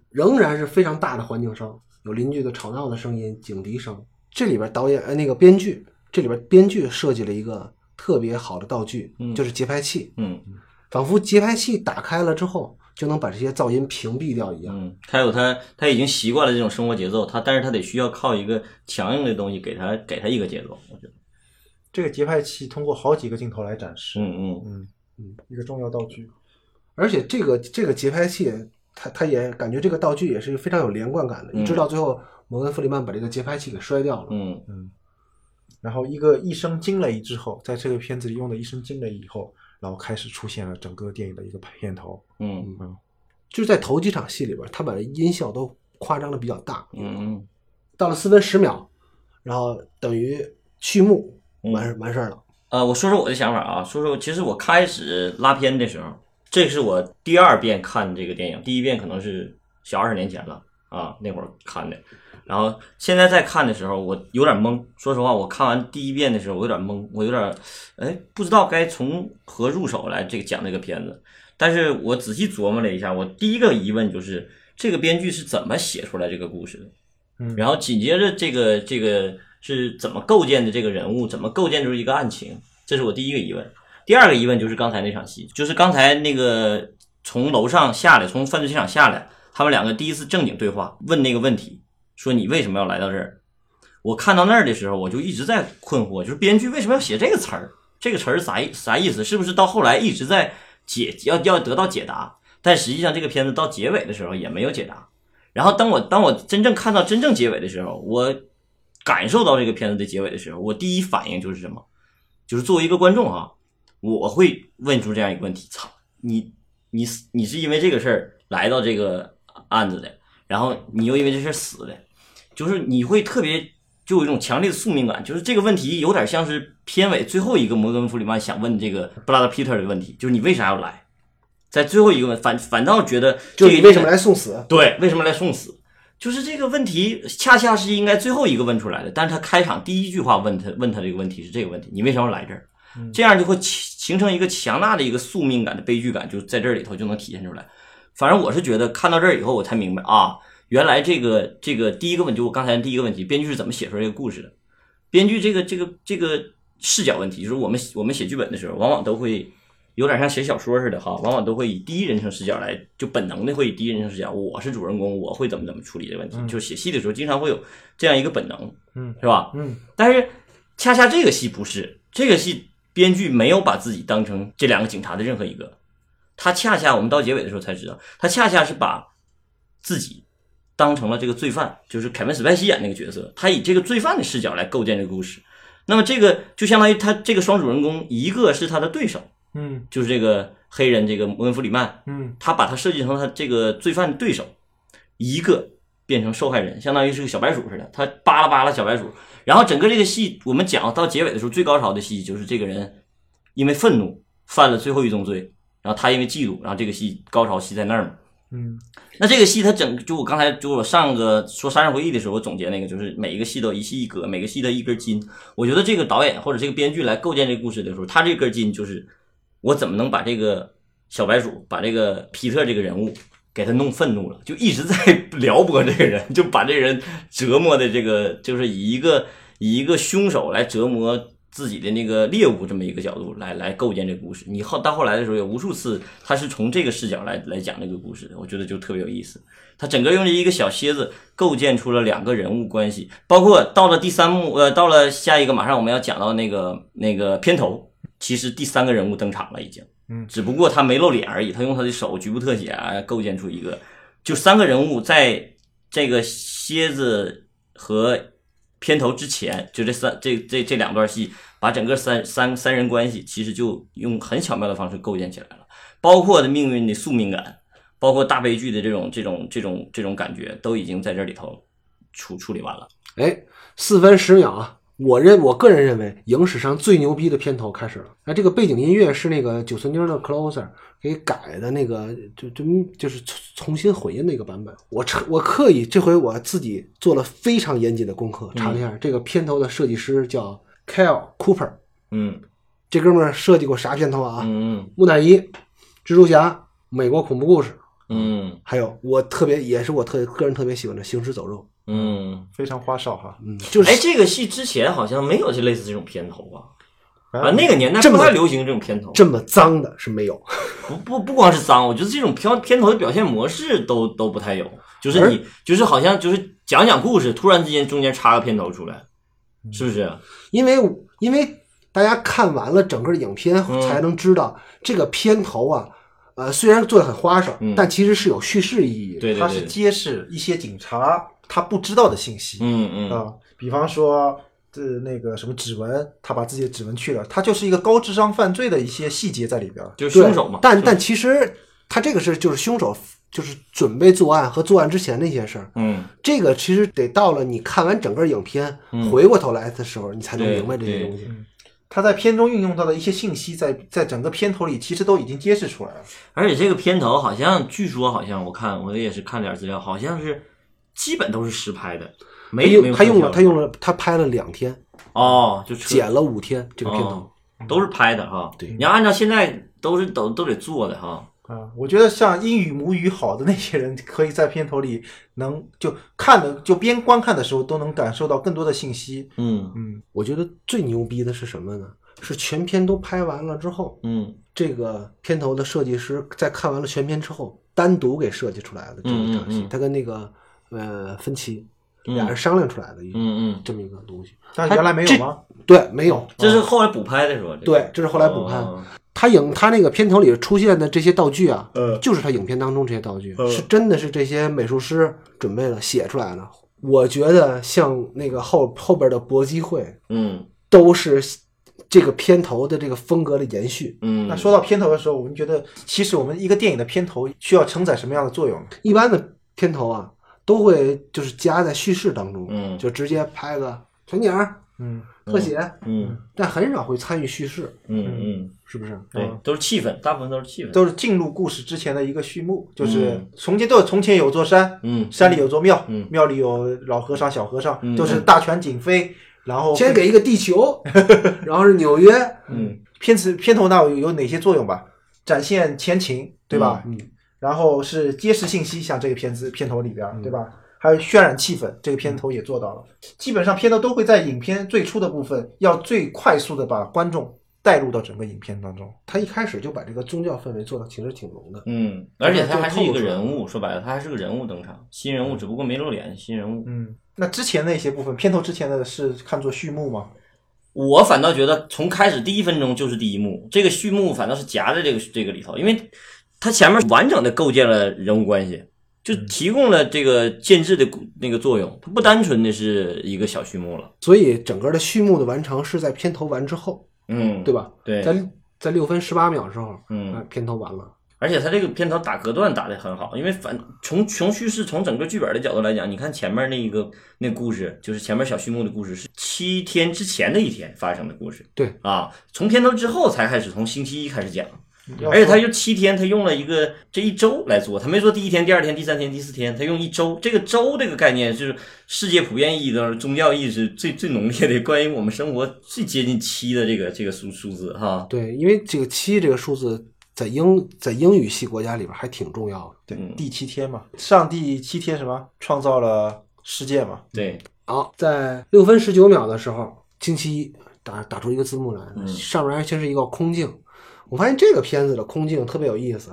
Speaker 1: 仍然是非常大的环境声，有邻居的吵闹的声音、警笛声。这里边导演呃那个编剧，这里边编剧设计了一个特别好的道具，
Speaker 3: 嗯
Speaker 1: 就是节拍器，
Speaker 3: 嗯
Speaker 1: 仿佛节拍器打开了之后就能把这些噪音屏蔽掉一样。
Speaker 3: 嗯，他有他他已经习惯了这种生活节奏，他但是他得需要靠一个强硬的东西给他给他一个节奏，我觉得。
Speaker 2: 这个节拍器通过好几个镜头来展示，
Speaker 3: 嗯嗯
Speaker 2: 嗯嗯，一个重要道具。
Speaker 1: 而且这个这个节拍器，它它也感觉这个道具也是非常有连贯感的，
Speaker 3: 嗯
Speaker 1: 一直到最后摩根·弗里曼把这个节拍器给摔掉了。
Speaker 3: 嗯。
Speaker 2: 然后一个一声惊雷之后，在这个片子里用的一声惊雷以后，然后开始出现了整个电影的一个片头。
Speaker 3: 嗯
Speaker 1: 就是在头几场戏里边，他把音效都夸张的比较大。
Speaker 3: 嗯嗯
Speaker 1: 到了四分十秒，然后等于序幕
Speaker 3: 嗯
Speaker 1: 完事完事儿了。
Speaker 3: 呃，我说说我的想法啊，说说其实我开始拉片的时候，这是我第二遍看这个电影，第一遍可能是小二十年前了啊，那会儿看的。然后现在再看的时候，我有点懵。说实话，我看完第一遍的时候，我有点懵，我有点哎不知道该从何入手来这个讲这个片子。但是我仔细琢磨了一下，我第一个疑问就是这个编剧是怎么写出来这个故事的？
Speaker 2: 嗯
Speaker 3: 然后紧接着这个这个是怎么构建的这个人物，怎么构建出一个案情，这是我第一个疑问。第二个疑问就是刚才那场戏，就是刚才那个从楼上下来，从犯罪现场下来，他们两个第一次正经对话，问那个问题，说你为什么要来到这儿？我看到那儿的时候，我就一直在困惑，就是编剧为什么要写这个词儿？这个词儿啥意啥意思？是不是到后来一直在解要要得到解答？但实际上这个片子到结尾的时候也没有解答。然后当我当我真正看到真正结尾的时候，我感受到这个片子的结尾的时候，我第一反应就是什么？就是作为一个观众啊，我会问出这样一个问题：操，你你你是因为这个事儿来到这个案子的，然后你又因为这事儿死的，就是你会特别就有一种强烈的宿命感，就是这个问题有点像是片尾最后一个摩根弗里曼想问这个布拉德皮特的问题，就是你为啥要来？在最后一个问反反倒觉得
Speaker 1: 就
Speaker 3: 这个
Speaker 1: 是你为什么来送死？
Speaker 3: 对，为什么来送死？就是这个问题，恰恰是应该最后一个问出来的。但是他开场第一句话问他，问他这个问题是这个问题：你为什么要来这儿？这样就会形形成一个强大的一个宿命感的悲剧感，就在这里头就能体现出来。反正我是觉得看到这儿以后，我才明白啊，原来这个这个第一个问题，就我刚才第一个问题，编剧是怎么写出来这个故事的？编剧这个这个这个视角问题，就是我们我们写剧本的时候，往往都会有点像写小说似的哈，往往都会以第一人称视角来，就本能的会以第一人称视角，我是主人公，我会怎么怎么处理这个问题。就写戏的时候，经常会有这样一个本能，
Speaker 2: 嗯，
Speaker 3: 是吧？
Speaker 2: 嗯，
Speaker 3: 但是恰恰这个戏不是，这个戏编剧没有把自己当成这两个警察的任何一个，他恰恰我们到结尾的时候才知道，他恰恰是把自己当成了这个罪犯，就是凯文·史派西演那个角色，他以这个罪犯的视角来构建这个故事。那么这个就相当于他这个双主人公，一个是他的对手，
Speaker 2: 嗯
Speaker 3: 就是这个黑人这个摩根弗里曼，
Speaker 2: 嗯
Speaker 3: 他把他设计成他这个罪犯的对手，一个变成受害人，相当于是个小白鼠似的，他扒拉扒拉小白鼠。然后整个这个戏，我们讲到结尾的时候，最高潮的戏就是这个人因为愤怒犯了最后一宗罪，然后他因为嫉妒，然后这个戏高潮戏在那儿嘛。
Speaker 2: 嗯
Speaker 3: 那这个戏它整就我刚才就我上个说《杀人回忆》的时候，我总结那个就是每一个戏都一戏一格，每个戏都一根筋。我觉得这个导演或者这个编剧来构建这个故事的时候，他这根筋就是我怎么能把这个小白鼠，把这个皮特这个人物给他弄愤怒了，就一直在 撩拨这个人，就把这人折磨的这个就是以一个以一个凶手来折磨。自己的那个猎物这么一个角度来来构建这个故事，你后到后来的时候有无数次，他是从这个视角来来讲这个故事的，我觉得就特别有意思。他整个用这一个小蝎子构建出了两个人物关系，包括到了第三幕，呃，到了下一个，马上我们要讲到那个那个片头，其实第三个人物登场了已经，
Speaker 2: 嗯
Speaker 3: 只不过他没露脸而已，他用他的手局部特写啊构建出一个，就三个人物在这个蝎子和片头之前，就这三这这这两段戏，把整个三三三人关系其实就用很巧妙的方式构建起来了，包括的命运的宿命感。包括大悲剧的这种这种这种这种感觉，都已经在这里头处处理完了。
Speaker 1: 哎，四分十秒啊！我认我个人认为，影史上最牛逼的片头开始了。那这个背景音乐是那个九寸钉的 Closer 给改的那个，就就就是重重新混音的一个版本。我彻我刻意这回我自己做了非常严谨的功课，查了一下、这个片头的设计师叫 Kyle Cooper，
Speaker 3: 嗯
Speaker 1: 这哥们儿设计过啥片头啊？
Speaker 3: 嗯
Speaker 1: 木乃伊、蜘蛛侠、美国恐怖故事，
Speaker 3: 嗯
Speaker 1: 还有我特别也是我特个人特别喜欢的《行尸走肉》。
Speaker 3: 嗯。
Speaker 2: 非常花哨哈。
Speaker 1: 嗯，就是
Speaker 3: 哎，这个戏之前好像没有这类似这种片头吧？
Speaker 2: 反
Speaker 3: 啊，
Speaker 2: 正
Speaker 3: 那个年代
Speaker 1: 这
Speaker 3: 不
Speaker 1: 么
Speaker 3: 太流行这种片头。
Speaker 1: 这么脏的是没有。
Speaker 3: 不不不光是脏，我觉得这种片片头的表现模式都都不太有，就是你就是好像就是讲讲故事，突然之间中间插个片头出来，是不是？
Speaker 1: 因为因为大家看完了整个影片
Speaker 3: 嗯
Speaker 1: 才能知道这个片头啊，呃，虽然做的很花哨，
Speaker 3: 嗯
Speaker 1: 但其实是有叙事意义的。
Speaker 3: 对对
Speaker 2: 它是
Speaker 3: 对，
Speaker 2: 揭示一些警察他不知道的信息啊、
Speaker 3: 嗯嗯
Speaker 2: 比方说。这那个什么指纹，他把自己的指纹去了，他就是一个高智商犯罪的一些细节在里边儿。
Speaker 3: 就是
Speaker 1: 对，
Speaker 3: 凶手嘛。
Speaker 1: 但
Speaker 3: 是
Speaker 1: 但其实他这个是就是凶手就是准备作案和作案之前那些事儿。
Speaker 3: 嗯，
Speaker 1: 这个其实得到了你看完整个影片，
Speaker 3: 嗯
Speaker 1: 回过头来的时候，你才能
Speaker 3: 对
Speaker 1: 明白这些
Speaker 3: 对
Speaker 1: 东西。
Speaker 2: 他在片中运用到的一些信息在，在整个片头里其实都已经揭示出来了。
Speaker 3: 而且这个片头好像，据说好像我看我也是看点资料，好像是基本都是实拍的，没
Speaker 1: 用哎他用了，他用
Speaker 3: 了
Speaker 1: 了，他拍了两天，
Speaker 3: 哦，就扯
Speaker 1: 剪了五天这个片头
Speaker 3: 哦。都是拍的哈。
Speaker 1: 对
Speaker 3: 你要按照现在都是都都得做的哈。
Speaker 2: 啊，我觉得像英语母语好的那些人，可以在片头里能就看的就边观看的时候都能感受到更多的信息。
Speaker 3: 嗯
Speaker 2: 嗯，
Speaker 1: 我觉得最牛逼的是什么呢？是全片都拍完了之后，
Speaker 3: 嗯
Speaker 1: 这个片头的设计师在看完了全片之后，单独给设计出来的这么一场戏，
Speaker 3: 嗯嗯嗯
Speaker 1: 他跟那个呃芬奇
Speaker 3: 嗯
Speaker 1: 俩人商量出来的一个、
Speaker 3: 嗯嗯，
Speaker 1: 这么一个东西。
Speaker 2: 但原来没有啊吗？
Speaker 1: 对，没有，
Speaker 3: 这是后来补拍的时候。这个
Speaker 1: 哦对这是后来补拍
Speaker 3: 嗯哦
Speaker 1: 他影他那个片头里出现的这些道具啊，
Speaker 4: 呃
Speaker 1: 就是他影片当中这些道具，
Speaker 4: 嗯
Speaker 1: 是真的是这些美术师准备了写出来的。我觉得像那个后后边的搏击会
Speaker 3: 嗯
Speaker 1: 都是这个片头的这个风格的延续。
Speaker 3: 嗯。
Speaker 2: 那说到片头的时候，我们觉得其实我们一个电影的片头需要承载什么样的作用呢？
Speaker 1: 一般的片头啊，都会就是加在叙事当中，
Speaker 3: 嗯
Speaker 1: 就直接拍个全景儿
Speaker 2: 嗯，
Speaker 1: 特写，
Speaker 3: 嗯
Speaker 1: 但很少会参与叙事，
Speaker 3: 嗯嗯，
Speaker 1: 是不是？
Speaker 3: 对，都是气氛，大部分都是气氛。
Speaker 2: 都是进入故事之前的一个序幕，就是
Speaker 3: 嗯
Speaker 2: 从前都有从前有座山，
Speaker 3: 嗯
Speaker 2: 山里有座庙，
Speaker 3: 嗯
Speaker 2: 庙里有老和尚、小和尚，
Speaker 3: 嗯
Speaker 2: 就是大权景飞。然后
Speaker 1: 先给一个地 球，然后是纽约，
Speaker 3: 嗯
Speaker 2: 片子片头那有有哪些作用吧？展现前情，对吧？
Speaker 1: 嗯嗯
Speaker 2: 然后是揭示信息，像这个片子片头里边，对
Speaker 3: 嗯
Speaker 2: 吧？还有渲染气氛，这个片头也做到了。基本上片头都会在影片最初的部分，要最快速的把观众带入到整个影片当中。
Speaker 1: 他一开始就把这个宗教氛围做的其实挺浓的。
Speaker 3: 嗯，而且他还是一个人物，说白了，他还是个人物登场，新人
Speaker 1: 嗯
Speaker 3: 物，只不过没露脸，新人物。
Speaker 2: 嗯，那之前那些部分，片头之前的是看作序幕吗？
Speaker 3: 我反倒觉得从开始第一分钟就是第一幕，这个序幕反倒是夹在这个这个里头，因为他前面完整的构建了人物关系，就
Speaker 1: 嗯
Speaker 3: 提供了这个建制的那个作用，它不单纯的是一个小序幕了。
Speaker 1: 所以整个的序幕的完成是在片头完之后，
Speaker 3: 嗯，
Speaker 1: 对吧？
Speaker 3: 对，
Speaker 1: 在在六分十八秒的时候，啊
Speaker 3: 嗯，，
Speaker 1: 片头完了，
Speaker 3: 而且他这个片头打隔断打得很好，因为反从从叙事从整个剧本的角度来讲，你看前面那一个那故事，就是前面小序幕的故事是七天之前的一天发生的故事，
Speaker 1: 对
Speaker 3: 啊，从片头之后才开始从星期一开始讲，
Speaker 2: 要
Speaker 3: 嗯而且他
Speaker 2: 说
Speaker 3: 就七天，他用了一个这一周来做，他没说第一天、第二天、第三天、第四天，他用一周。这个周这个概念是世界普遍意义的宗教意识最最浓烈的，关于我们生活最接近七的这个这个数数字哈。
Speaker 1: 对，因为这个七这个数字在英在英语系国家里边还挺重要的。
Speaker 2: 对
Speaker 3: 嗯
Speaker 2: 第七天嘛，上帝七天什么创造了世界嘛，
Speaker 3: 对，
Speaker 1: 好，在六分十九秒的时候，星期一打打出一个字幕来，
Speaker 3: 嗯
Speaker 1: 上面先是一个空镜。我发现这个片子的空镜特别有意思，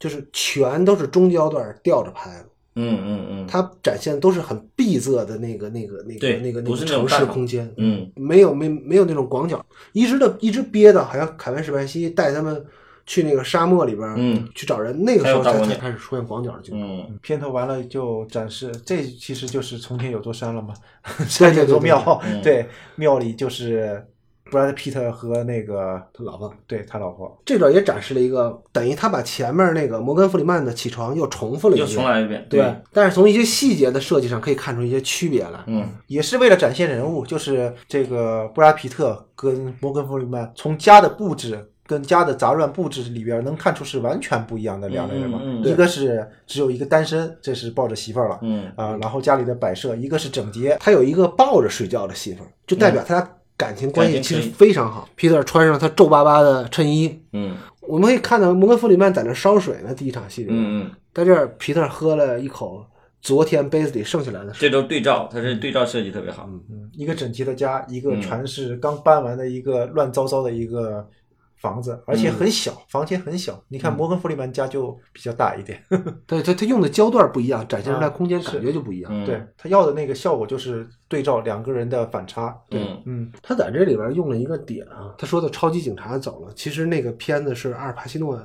Speaker 1: 就是全都是中焦段吊着拍的，
Speaker 3: 嗯嗯嗯，
Speaker 1: 它展现都是很闭仄的那个那个那个
Speaker 3: 对
Speaker 1: 那个那
Speaker 3: 不
Speaker 1: 个
Speaker 3: 是那种
Speaker 1: 城
Speaker 3: 大
Speaker 1: 市
Speaker 3: 场
Speaker 1: 空间，
Speaker 3: 嗯
Speaker 1: 没有没没有那种广角，一直的一直憋的，好像凯文史派西带他们去那个沙漠里边儿
Speaker 3: 嗯
Speaker 1: 去找人，那个时候
Speaker 3: 还有大
Speaker 1: 才
Speaker 3: 广
Speaker 1: 才
Speaker 3: 角
Speaker 1: 开始出现广角的镜头。
Speaker 3: 嗯，
Speaker 2: 片头完了就展示，这其实就是从前有座 山了嘛，
Speaker 1: 对
Speaker 2: 山里
Speaker 1: 对
Speaker 2: 有
Speaker 1: 对
Speaker 2: 座
Speaker 1: 对
Speaker 2: 庙，
Speaker 3: 嗯
Speaker 2: 对，庙里就是 Brad Pitt 和那个
Speaker 1: 他老婆
Speaker 2: 对他老婆，
Speaker 1: 这段也展示了一个，等于他把前面那个摩根·弗里曼的起床又重复了一
Speaker 3: 又
Speaker 1: 遍，
Speaker 3: 重来一遍。
Speaker 1: 对，但是从一些细节的设计上可以看出一些区别来。
Speaker 3: 嗯
Speaker 2: 也是为了展现人物，就是这个布拉皮特跟摩根弗里曼从家的布置。跟家的杂乱布置里边能看出是完全不一样的两类人嘛，
Speaker 3: 嗯嗯嗯
Speaker 2: 一个是只有一个单身，这是抱着媳妇儿了，
Speaker 3: 嗯
Speaker 2: 啊，然后家里的摆设，一个是整洁，
Speaker 1: 他有一个抱着睡觉的媳妇儿，就代表他俩感情关系
Speaker 3: 嗯感
Speaker 1: 其
Speaker 3: 情可
Speaker 1: 实
Speaker 3: 以
Speaker 1: 非常好。皮特穿上他皱巴巴的衬衣，
Speaker 3: 嗯
Speaker 1: 我们可以看到摩根·弗里曼在那烧水呢。第一场戏
Speaker 3: 嗯
Speaker 1: 里，
Speaker 3: 嗯，
Speaker 1: 在这儿皮特喝了一口昨天杯子里剩下来的水，
Speaker 3: 这都对照，它是对照设计特别好。
Speaker 2: 嗯，一个整齐的家，一个
Speaker 3: 嗯
Speaker 2: 全是刚搬完的一个乱糟糟的一个房子，而
Speaker 3: 嗯
Speaker 2: 且很小，房间很小。你看摩根弗里曼家就比较大一点，
Speaker 1: 对他他用的焦段不一样，展现出来
Speaker 2: 啊
Speaker 1: 空间
Speaker 2: 是
Speaker 1: 感觉就不一样。
Speaker 3: 嗯，
Speaker 2: 对他要的那个效果就是对照两个人的反差。
Speaker 3: 嗯
Speaker 2: 嗯，
Speaker 1: 他在这里边用了一个点啊，他说的超级警察走了，其实那个片子是阿尔帕西诺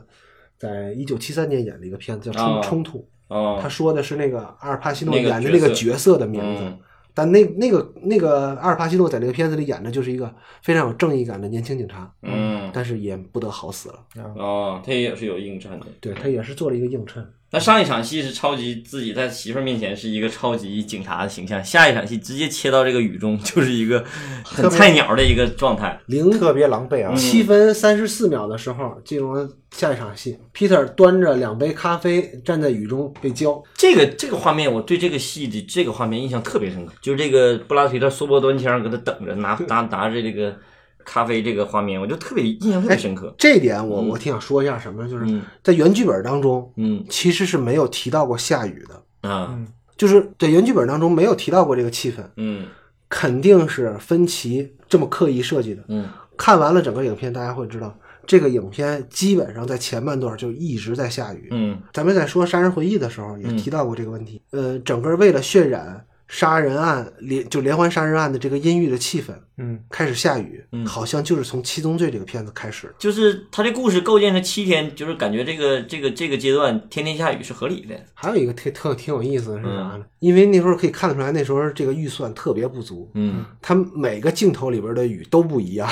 Speaker 1: 在一九七三年演的一个片子，叫冲、
Speaker 3: 啊
Speaker 1: 冲突。
Speaker 3: 哦
Speaker 1: 他，说的是那个阿尔帕西诺
Speaker 3: 那个
Speaker 1: 演的
Speaker 3: 角
Speaker 1: 那个
Speaker 3: 色
Speaker 1: 角色的名字，
Speaker 3: 嗯
Speaker 1: 但那那个那个阿尔帕西诺在这个片子里演的就是一个非常有正义感的年轻警察，
Speaker 3: 嗯
Speaker 1: 但是也不得好死了。
Speaker 3: 哦，它也是有映衬的。
Speaker 1: 对他也是做了一个映衬，
Speaker 3: 那上一场戏是超级自己在媳妇儿面前是一个超级警察的形象，下一场戏直接切到这个雨中， 就是一个很菜鸟的一个状态。
Speaker 1: 零
Speaker 2: 特别狼狈啊！
Speaker 1: 七分三十四秒的时候，进入了下一场戏。Peter 端着两杯咖啡，站在雨中被浇。
Speaker 3: 这个这个画面，我对这个戏的这个画面印象特别深刻，就是这个布拉提特缩脖端枪搁那等着，拿拿拿着这个咖啡这个画面，我就特别印象特别深刻。
Speaker 1: 这一点我我挺想说一下，什么呢就是
Speaker 3: 嗯
Speaker 1: 在原剧本当中，
Speaker 3: 嗯
Speaker 1: 其实是没有提到过下雨的，
Speaker 3: 啊
Speaker 1: 就是在原剧本当中没有提到过这个气氛，
Speaker 3: 嗯
Speaker 1: 肯定是芬奇这么刻意设计的。
Speaker 3: 嗯
Speaker 1: 看完了整个影片，大家会知道，这个影片基本上在前半段就一直在下雨。
Speaker 3: 嗯
Speaker 1: 咱们在说《杀人回忆》的时候也提到过这个问题。呃，整个为了渲染杀人案连就连环杀人案的这个阴郁的气氛，
Speaker 2: 嗯，
Speaker 1: 开始下雨，
Speaker 3: 嗯
Speaker 1: 好像就是从《七宗罪》这个片子开始。
Speaker 3: 就是他这故事构建成七天，就是感觉这个这个这个阶段天天下雨是合理的。
Speaker 1: 还有一个挺特挺有意思的是啥
Speaker 3: 嗯
Speaker 1: 呢？因为那时候可以看得出来，那时候这个预算特别不足，
Speaker 3: 嗯，
Speaker 1: 他们每个镜头里边的雨都不一样，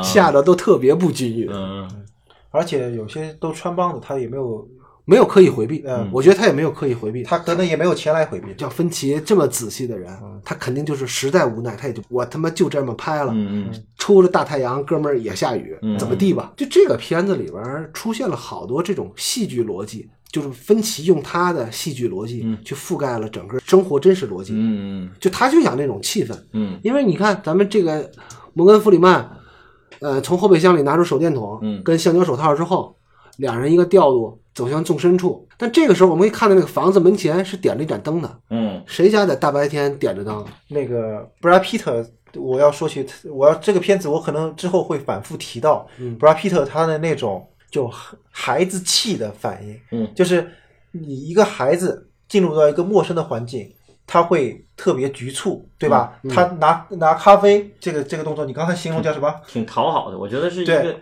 Speaker 1: 下的都特别不均匀，
Speaker 3: 嗯
Speaker 2: 而且有些都穿帮的，他也没有，
Speaker 1: 没有刻意回避。
Speaker 2: 嗯
Speaker 1: 我觉得他也没有刻意回避。
Speaker 2: 他可能也没有钱来回避。
Speaker 1: 像芬奇这么仔细的人，他肯定就是实在无奈，他也就我他妈就这么拍了。
Speaker 3: 嗯嗯
Speaker 1: 出了大太阳，哥们儿也下雨
Speaker 3: 嗯，
Speaker 1: 怎么地吧？就这个片子里边儿出现了好多这种戏剧逻辑，就是芬奇用他的戏剧逻辑
Speaker 3: 嗯
Speaker 1: 去覆盖了整个生活真实逻辑，
Speaker 3: 嗯
Speaker 1: 就他就想那种气氛。
Speaker 3: 嗯
Speaker 1: 因为你看咱们这个摩根·弗里曼，呃，从后备箱里拿出手电筒，
Speaker 3: 嗯
Speaker 1: 跟橡胶手套之后，两人一个调度走向纵深处。但这个时候我们可以看到那个房子门前是点了一盏灯的，
Speaker 3: 嗯
Speaker 1: 谁家在大白天点着灯？
Speaker 2: 那个 Brad Pitt，我要说起，我要这个片子，我可能之后会反复提到、
Speaker 1: 嗯
Speaker 2: Brad Pitt 他的那种就孩子气的反应，
Speaker 3: 嗯
Speaker 2: 就是你一个孩子进入到一个陌生的环境，他会特别局促，对吧？
Speaker 1: 嗯嗯
Speaker 2: 他拿拿咖啡这个这个动作，你刚才形容叫什么？
Speaker 3: 挺讨好的，我觉得是一个
Speaker 2: 对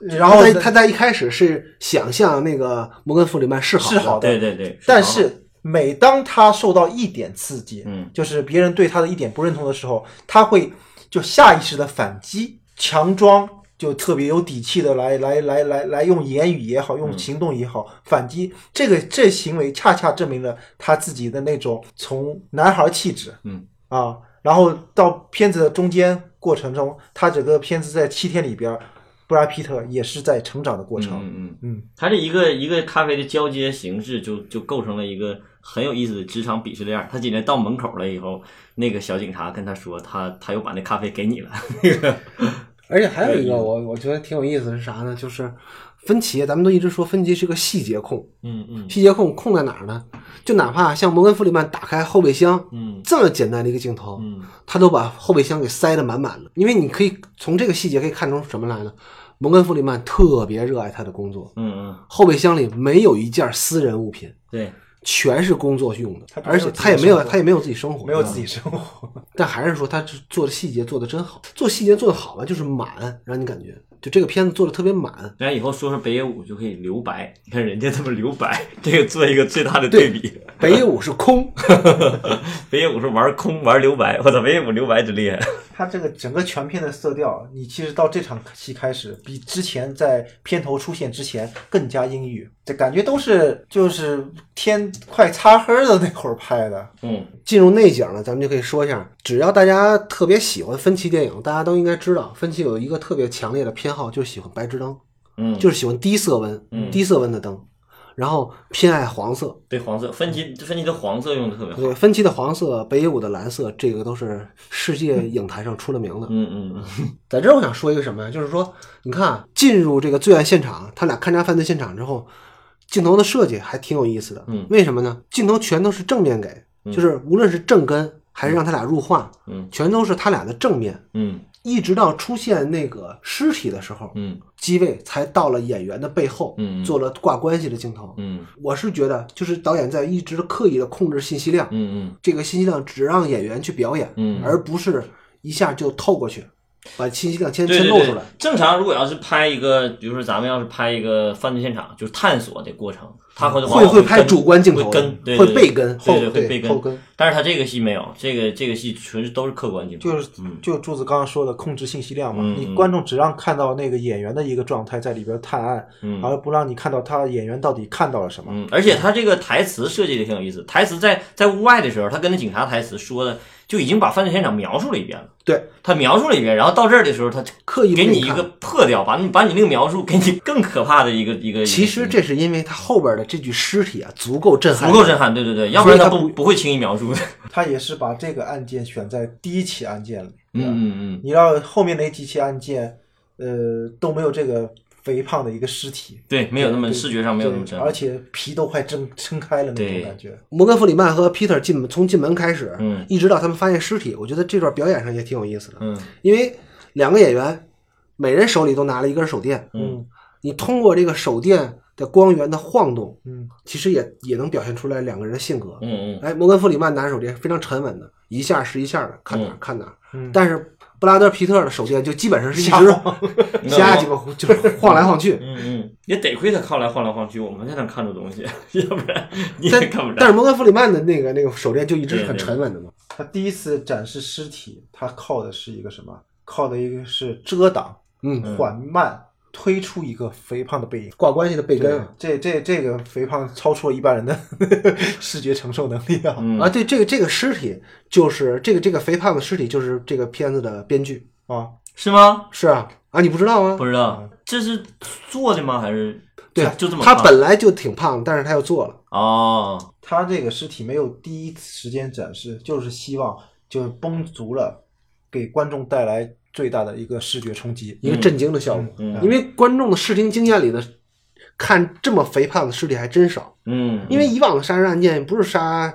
Speaker 2: 然后
Speaker 1: 嗯他在
Speaker 2: 呢
Speaker 1: 他在一开始是想向那个摩根·弗里曼示好
Speaker 2: 是好的
Speaker 3: 对对对，
Speaker 2: 但
Speaker 3: 讨好
Speaker 2: 是每当他受到一点刺激，
Speaker 3: 嗯
Speaker 2: 就是别人对他的一点不认同的时候，他会就下意识的反击，强装就特别有底气的来来来来来用言语也好，用
Speaker 3: 嗯
Speaker 2: 行动也好、反击。这个这行为恰恰证明了他自己的那种从男孩气质，
Speaker 3: 嗯
Speaker 2: 啊，然后到片子的中间过程中，他整个片子在七天里边，布拉皮特也是在成长的过程。
Speaker 3: 嗯嗯。
Speaker 2: 嗯
Speaker 3: 它这一个一个咖啡的交接形式就，就构成了一个很有意思的职场鄙视链儿。他今天到门口了以后，那个小警察跟他说，他他又把那咖啡给你了。那个，
Speaker 1: 而且还有一
Speaker 3: 对
Speaker 1: 个我我觉得挺有意思的是啥呢？就是分歧，咱们都一直说分歧是个细节控，
Speaker 3: 嗯嗯
Speaker 1: 细节控控在哪儿呢？就哪怕像摩根·弗里曼打开后备箱
Speaker 3: 嗯
Speaker 1: 这么简单的一个镜头，
Speaker 3: 嗯
Speaker 1: 他都把后备箱给塞得满满的。因为你可以从这个细节可以看出什么来呢？摩根·弗里曼特别热爱他的工作，
Speaker 3: 嗯嗯，
Speaker 1: 后备箱里没有一件私人物品，
Speaker 3: 对，
Speaker 1: 全是工作用的
Speaker 2: 他，没有
Speaker 1: 而且
Speaker 2: 自己
Speaker 1: 他也没有
Speaker 2: 生活
Speaker 1: 他也没有自己生活，嗯
Speaker 2: 没有自己生活，
Speaker 1: 但还是说他是做的细节做的真好，做细节做的好吧，就是满，让你感觉就这个片子做的特别满。
Speaker 3: 然后以后说说北野武就可以留白，你看人家这么留白，这个做一个最大的对比。
Speaker 1: 北野武是空，
Speaker 3: 北野武是玩空玩留白，我操，北野武留白真厉害。
Speaker 2: 他这个整个全片的色调，你其实到这场戏开始，比之前在片头出现之前更加阴郁，这感觉都是就是天快擦黑的那会儿拍的。
Speaker 3: 嗯
Speaker 1: 进入内景了，咱们就可以说一下，只要大家特别喜欢分歧电影，大家都应该知道，分歧有一个特别强烈的偏好，就是喜欢白炽灯，
Speaker 3: 嗯，
Speaker 1: 就是喜欢低色温、
Speaker 3: 嗯
Speaker 1: 低色温的灯，然后偏爱黄色。
Speaker 3: 对黄色，分歧分歧的黄色用的特别好。
Speaker 1: 对，分歧的黄色，北野武的蓝色，这个都是世界影坛上出了名的。
Speaker 3: 嗯嗯嗯
Speaker 1: 在这儿我想说一个什么呀？就是说，你看啊进入这个罪案现场，他俩勘察犯罪现场之后，镜头的设计还挺有意思的。
Speaker 3: 嗯
Speaker 1: 为什么呢？镜头全都是正面给，
Speaker 3: 嗯
Speaker 1: 就是无论是正跟还是让他俩入画，
Speaker 3: 嗯
Speaker 1: 全都是他俩的正面。
Speaker 3: 嗯
Speaker 1: 一直到出现那个尸体的时候，
Speaker 3: 嗯
Speaker 1: 机位才到了演员的背后，
Speaker 3: 嗯嗯
Speaker 1: 做了挂关系的镜头。
Speaker 3: 嗯
Speaker 1: 我是觉得，就是导演在一直刻意的控制信息量，
Speaker 3: 嗯嗯
Speaker 1: 这个信息量只让演员去表演，
Speaker 3: 嗯，
Speaker 1: 而不是一下就透过去。把信息量先
Speaker 3: 对
Speaker 1: 先
Speaker 3: 对
Speaker 1: 露
Speaker 3: 对
Speaker 1: 出来。，
Speaker 3: 正常如果要是拍一个，比如说咱们要是拍一个犯罪现场，就是探索的过程，他会
Speaker 1: 会会拍主观镜头
Speaker 3: 会
Speaker 1: 的
Speaker 3: 跟对
Speaker 1: 会
Speaker 3: 对
Speaker 1: 背跟
Speaker 3: 对
Speaker 2: 后
Speaker 3: 对会背
Speaker 2: 后
Speaker 3: 跟，
Speaker 2: 跟，
Speaker 3: 但是他这个戏没有，这个这个戏纯是都是客观镜头，
Speaker 2: 就是就柱子刚刚说的控制信息量嘛，
Speaker 3: 嗯
Speaker 2: 你
Speaker 3: 嗯
Speaker 2: 观众只让看到那个演员的一个状态在里边探案，
Speaker 3: 嗯
Speaker 2: 而不让你看到他演员到底看到了什么。
Speaker 3: 嗯，而且他这个台词设计的挺有意思，台词在在屋外的时候，他跟那警察台词说的就已经把犯罪现场描述了一遍了，
Speaker 1: 对
Speaker 3: 他描述了一遍，然后到这儿的时候，他
Speaker 1: 刻意不
Speaker 3: 给
Speaker 1: 给
Speaker 3: 你
Speaker 1: 你
Speaker 3: 一
Speaker 1: 看
Speaker 3: 个破掉，把你把你那个描述给你更可怕的一个一个，
Speaker 1: 其实这是因为他后边的这具尸体啊，足够震撼，
Speaker 3: 足够震撼，对对对，要不然
Speaker 1: 所
Speaker 3: 他
Speaker 1: 以他
Speaker 3: 不
Speaker 1: 不
Speaker 3: 不会轻易 描述的，
Speaker 2: 他也是把这个案件选在第一起案件了。
Speaker 3: 嗯嗯嗯，
Speaker 2: 你让后面那几起案件，呃，都没有这个肥胖的一个尸体，
Speaker 3: 对，没有那么
Speaker 2: 对
Speaker 3: 视觉上没有那么
Speaker 2: 对
Speaker 3: 真，
Speaker 2: 而且皮都快撑撑开了那
Speaker 3: 对
Speaker 2: 种感觉。
Speaker 1: 摩根·弗里曼和 Peter 进门从进门开始，
Speaker 3: 嗯
Speaker 1: 一直到他们发现尸体，我觉得这段表演上也挺有意思的，
Speaker 3: 嗯
Speaker 1: 因为两个演员每人手里都拿了一根手电，
Speaker 3: 嗯
Speaker 1: 你通过这个手电的光源的晃动，
Speaker 2: 嗯，
Speaker 1: 其实也也能表现出来两个人的性格。
Speaker 3: 嗯嗯
Speaker 1: 哎，摩根·弗里曼拿手电非常沉稳的，一下是一下的，看哪儿
Speaker 3: 嗯
Speaker 1: 看哪儿。
Speaker 2: 嗯
Speaker 1: 但是布拉德·皮特的手电就基本上是一
Speaker 2: 瞎
Speaker 1: 直瞎鸡巴就是晃来晃去。
Speaker 3: 嗯嗯，也得亏他晃来晃来晃去，我们才能看出东西， 要不然你也
Speaker 1: 但
Speaker 3: 看不着。
Speaker 1: 但是摩根·弗里曼的那个那个手电就一直是很
Speaker 3: 对对
Speaker 1: 沉稳的嘛。
Speaker 2: 他第一次展示尸体，他靠的是一个什么？靠的一个是遮挡、
Speaker 1: 嗯，
Speaker 2: 缓慢推出一个肥胖的背影。
Speaker 1: 挂关系的背根啊。
Speaker 2: 这这这个肥胖超出了一般人的 视觉承受能力啊！
Speaker 3: 嗯
Speaker 1: 啊，对，这个这个尸体就是这个这个肥胖的尸体，就是这个片子的编剧。
Speaker 2: 啊，
Speaker 3: 是吗？
Speaker 1: 是啊，啊，你不知道吗？
Speaker 3: 不知道这是做的吗？还是
Speaker 1: 对，啊
Speaker 3: 就这么
Speaker 1: 他
Speaker 3: 看
Speaker 1: 本来就挺胖，但是他又做了。
Speaker 3: 哦，
Speaker 2: 他这个尸体没有第一时间展示，就是希望就是绷足了，给观众带来最大的一个视觉冲击。
Speaker 1: 一个震惊的效果，
Speaker 3: 嗯
Speaker 1: 因为观众的视听经验里的看这么肥胖的尸体还真少，
Speaker 3: 嗯，
Speaker 1: 因为以往的杀人案件不是杀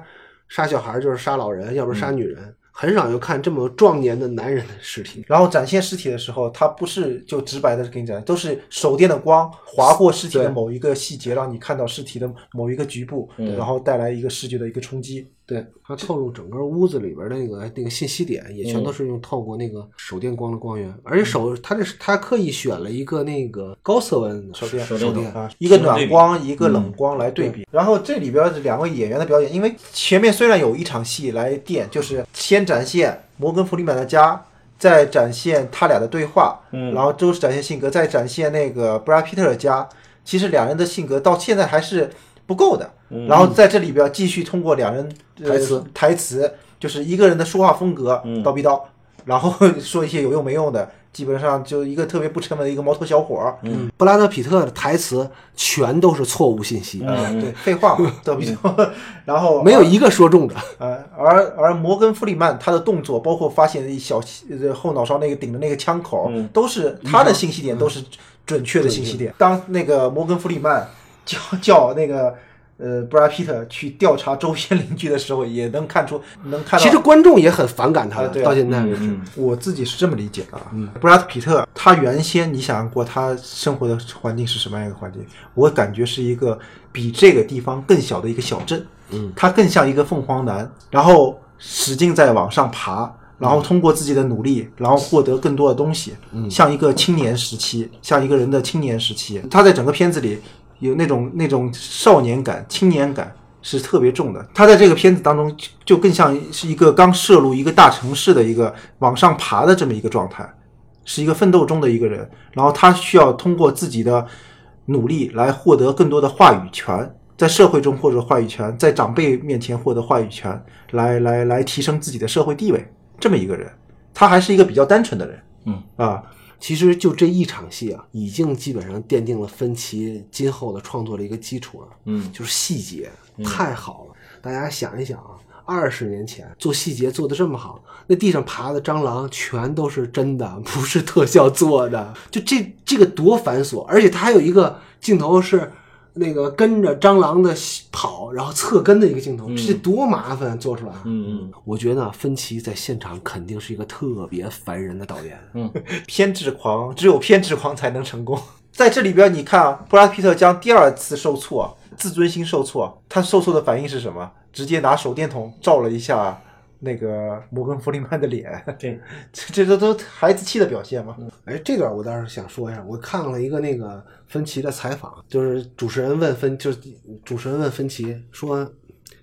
Speaker 1: 杀小孩就是杀老人，要不是杀女人，很少有看这么壮年的男人的尸体。
Speaker 2: 然后展现尸体的时候，他不是就直白的给你展现，都是手电的光划过尸体的
Speaker 1: 对
Speaker 2: 某一个细节，让你看到尸体的某一个局部，
Speaker 3: 嗯
Speaker 2: 然后带来一个视觉的一个冲击。
Speaker 1: 对，它透露整个屋子里边的那个那个信息点，也全
Speaker 3: 嗯
Speaker 1: 都是用透过那个手电光的光源，而且手它这是它刻意选了一个那个高色温的
Speaker 2: 手电
Speaker 1: 手
Speaker 3: 手电
Speaker 1: 电，
Speaker 2: 啊，一个
Speaker 3: 形成对
Speaker 2: 暖
Speaker 3: 比
Speaker 2: 光，一个冷光来对比。然后这里边的两位演员的表演，因为前面虽然有一场戏来垫，就是先展现摩根弗里曼的家，再展现他俩的对话，
Speaker 3: 嗯
Speaker 2: 然后都是展现性格，再展现那个布拉皮特的家。其实两人的性格到现在还是不够的。然后在这里边继续通过两人、呃
Speaker 1: 台词
Speaker 2: 台词，就是一个人的说话风格，叨逼叨，然后 说一些有用没用的，基本上就一个特别不沉稳的一个毛头小伙儿。
Speaker 1: 嗯，布拉德皮特的台词全都是错误信息，
Speaker 3: 嗯
Speaker 2: 啊对，废话嘛，对不对？ 然后
Speaker 1: 没有一个说中的。
Speaker 2: 呃，而而摩根弗里曼他的动作，包括发现一小呃后脑勺那个顶的那个枪口，
Speaker 3: 嗯
Speaker 2: 都是他的信息点，都是准确的信息点。当那个摩根弗里曼叫叫那个呃布拉皮特去调查周边邻居的时候，也能看出能看到。
Speaker 1: 其实观众也很反感他
Speaker 2: 啊对
Speaker 1: 的，
Speaker 2: 啊
Speaker 1: 到现在为止。
Speaker 3: 嗯
Speaker 2: 我自己是这么理解的啊，布拉德皮特他原先你想过他生活的环境是什么样一个环境？我感觉是一个比这个地方更小的一个小镇，嗯，他更像一个凤凰男，然后使劲在往上爬，然后通过自己的努力，然后获得更多的东西，嗯，像一个青年时期，像一个人的青年时期，他在整个片子里有那种那种少年感、青年感。是特别重的。他在这个片子当中就就更像是一个刚涉入一个大城市的一个往上爬的这么一个状态，是一个奋斗中的一个人。然后他需要通过自己的努力来获得更多的话语权，在社会中获得话语权，在长辈面前获得话语权，来来来提升自己的社会地位。这么一个人，他还是一个比较单纯的人。
Speaker 3: 嗯
Speaker 2: 啊，
Speaker 1: 其实就这一场戏啊，已经基本上奠定了芬奇今后的创作的一个基础了。
Speaker 3: 嗯
Speaker 1: 就是细节太好了，大家想一想啊，二十年前做细节做的这么好，那地上爬的蟑螂全都是真的， 不是特效做的。就这这个多繁琐，而且它还有一个镜头是。那个跟着蟑螂的跑，然后侧跟的一个镜头，这多麻烦做出来。
Speaker 3: 嗯嗯
Speaker 1: 我觉得啊芬奇在现场肯定是一个特别烦人的导演。
Speaker 2: 偏执狂，只有偏执狂才能成功。 在这里边，你看啊，布拉德皮特将第二次受挫，自尊心受挫，他受挫的反应是什么？直接拿手电筒照了一下那个摩根弗里曼的脸，
Speaker 3: 对，
Speaker 2: 这这都都孩子气的表现嘛。
Speaker 1: 哎，这段我倒是想说一下，我看了一个那个芬奇的采访，就是主持人问芬，就是主持人问芬奇说，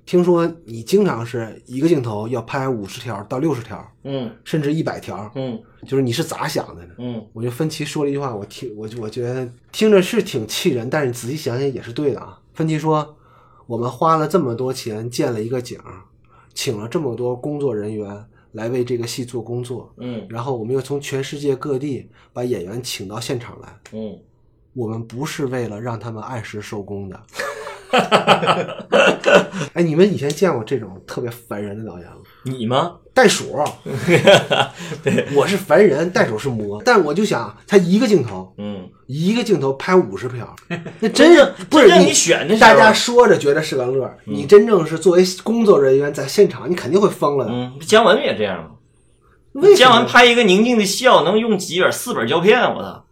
Speaker 1: 听说你经常是一个镜头要拍五十条到六十条，
Speaker 3: 嗯
Speaker 1: 甚至一百条，
Speaker 3: 嗯
Speaker 1: 就是你是咋想的呢？
Speaker 3: 嗯，
Speaker 1: 我觉得芬奇说了一句话，我听我我觉得听着是挺气人，但是你仔细想想也是对的啊。芬奇说，我们花了这么多钱建了一个景儿，请了这么多工作人员来为这个戏做工作，
Speaker 3: 嗯
Speaker 1: 然后我们又从全世界各地把演员请到现场来，
Speaker 3: 嗯，
Speaker 1: 我们不是为了让他们按时收工 的。哎，你们以前见过这种特别烦人的导演吗？
Speaker 3: 你吗？
Speaker 1: 袋 鼠，我是烦人，袋鼠是魔。但我就想，他一个镜头，
Speaker 3: 嗯，
Speaker 1: 一个镜头拍五十 条，那真是不是
Speaker 3: 真正你选的时候嗯
Speaker 1: 大家说着觉得是个乐儿，你真正是作为工作人员在现场，你肯定会疯了的。
Speaker 3: 嗯，姜文不也这样吗？
Speaker 1: 为什
Speaker 3: 姜文
Speaker 1: 么？
Speaker 3: 拍一个宁静的笑，能用几本四本胶片，我操！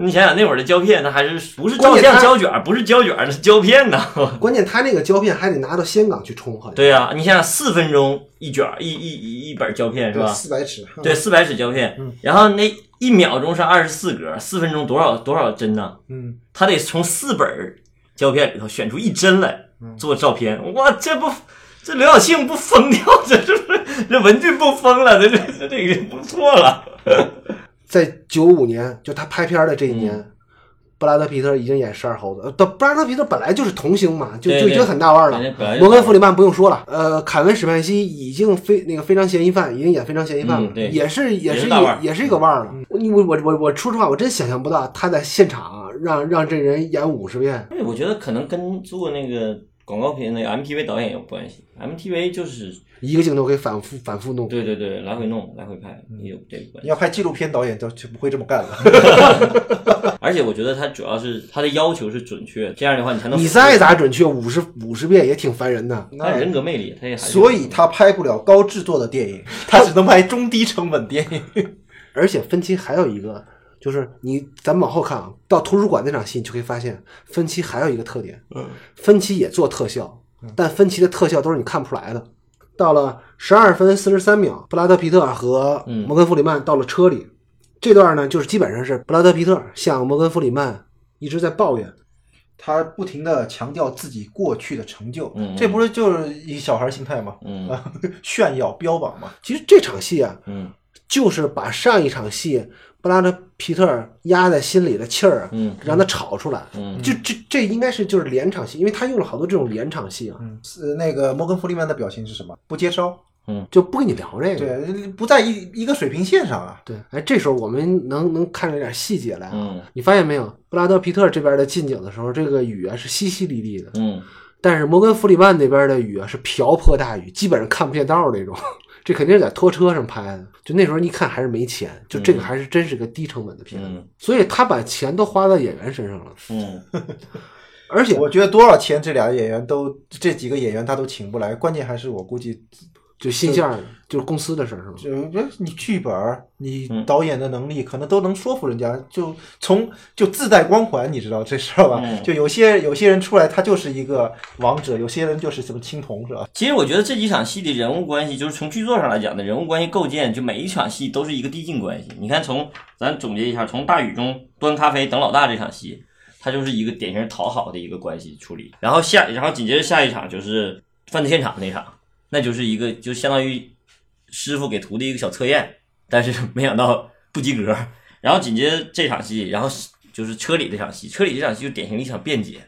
Speaker 3: 你想想那会儿的胶片，那还是不是照
Speaker 1: 关键
Speaker 3: 相
Speaker 1: 他
Speaker 3: 胶卷，不是胶卷，是胶片呐。
Speaker 1: 关键他那个胶片还得拿到香港去冲，好像
Speaker 3: 对呀、啊你想想四分钟一卷，一一一一本胶片是吧？
Speaker 2: 四百尺，
Speaker 1: 嗯
Speaker 3: 对，四百尺胶片，然后那一秒钟是二十四格，四分钟多少多少帧呢？
Speaker 2: 嗯，
Speaker 3: 他得从四本儿胶片里头选出一帧来
Speaker 1: 嗯
Speaker 3: 做照片。哇，这不这刘晓庆不疯掉，这是不是这文俊不疯了？这这这这个不错了。
Speaker 1: 在九五年，就他拍片儿的这一年，
Speaker 3: 嗯
Speaker 1: 布拉德皮特已经演十二猴子。呃，布拉德皮特本来就是童星嘛，就
Speaker 3: 对
Speaker 1: 就已经
Speaker 3: 对
Speaker 1: 很大腕儿了
Speaker 3: 人家本来。就
Speaker 1: 摩根弗里曼不用说了，呃，凯文史派西已经非那个非常嫌疑犯，已经演非常嫌疑犯了
Speaker 3: 嗯，对
Speaker 1: 也是也
Speaker 3: 也
Speaker 1: 是
Speaker 3: 是
Speaker 1: 一
Speaker 3: 大腕儿嗯
Speaker 1: 也是一个腕儿了。我我我我我说实话，我真想象不到他在现场让让这人演五十遍。
Speaker 3: 我觉得可能跟做那个广告片那个 MTV 导演有关系，MTV 就是
Speaker 1: 一个镜头可以反复反复弄，
Speaker 3: 对对对，来回弄来回拍
Speaker 2: 嗯
Speaker 3: 也有这个关系
Speaker 2: 你。要拍纪录片，导演就就不会这么干了。
Speaker 3: 而且我觉得他主要是他的要求是准确，这样的话你才能
Speaker 1: 你再咋准确，五十五十遍也挺烦人的。
Speaker 3: 他人格魅力，他也还是
Speaker 2: 所以他拍不了高制作的电 影，他只能拍中低成本电影。
Speaker 1: 而且芬奇还有一个，就是你咱们往后看啊，到图书馆那场戏，你就可以发现芬奇还有一个特点，嗯，芬奇也做特效，但芬奇的特效都是你看不出来的。到了十二分四十三秒，布拉德皮特和摩根弗里曼到了车里，这段呢就是基本上是布拉德皮特向摩根弗里曼一直在抱怨，
Speaker 2: 他不停的强调自己过去的成就，
Speaker 3: 嗯
Speaker 2: 这不是就是一小孩心态吗？
Speaker 3: 嗯
Speaker 2: 啊，炫耀标榜嘛。
Speaker 1: 其实这场戏啊，
Speaker 3: 嗯
Speaker 1: 就是把上一场戏布拉德皮特压在心里的气儿啊，
Speaker 3: 嗯
Speaker 1: 让他吵出来。
Speaker 3: 嗯
Speaker 1: 就这这应该是就是连场戏，因为他用了好多这种连场戏啊，
Speaker 2: 嗯，是那个摩根弗里曼的表情是什么？不接招，
Speaker 1: 就不跟你聊这个。
Speaker 2: 对，不在一一个水平线上啊。
Speaker 1: 对，哎，这时候我们能能看出一点细节来啊。
Speaker 3: 嗯
Speaker 1: 你发现没有，布拉德皮特这边的近景的时候，这个雨啊是淅淅沥沥的，
Speaker 3: 嗯，
Speaker 1: 但是摩根弗里曼那边的雨啊是瓢泼大雨，基本上看不见道儿那种。 这肯定是在拖车上拍的，就那时候一看还是没钱，就这个还是真是个低成本的片子，
Speaker 3: 嗯
Speaker 1: 所以他把钱都花在演员身上了，
Speaker 3: 嗯，
Speaker 1: 而且
Speaker 2: 我觉得多少钱，这俩演员都这几个演员他都请不来，关键还是我估计，
Speaker 1: 就心线儿就是公司的事儿是吗？
Speaker 2: 就你剧本儿、你
Speaker 3: 嗯
Speaker 2: 导演的能力，可能都能说服人家，就从就自带光环，你知道这事儿吧？
Speaker 3: 嗯
Speaker 2: 就有些有些人出来，他就是一个王者，有些人就是什么青铜，是吧？
Speaker 3: 其实我觉得这几场戏的人物关系，就是从剧作上来讲的人物关系构建，就每一场戏都是一个递进关系。你看从，咱总结一下，从大雨中端咖啡等老大这场戏，它就是一个典型讨好的一个关系处理。然后下，然后紧接着下一场就是犯罪现场那场，那就是一个就相当于师傅给徒弟一个小测验，但是没想到不及格。然后紧接着这场戏，然后是就是车里这场戏，车里这场戏就典型的一场辩解，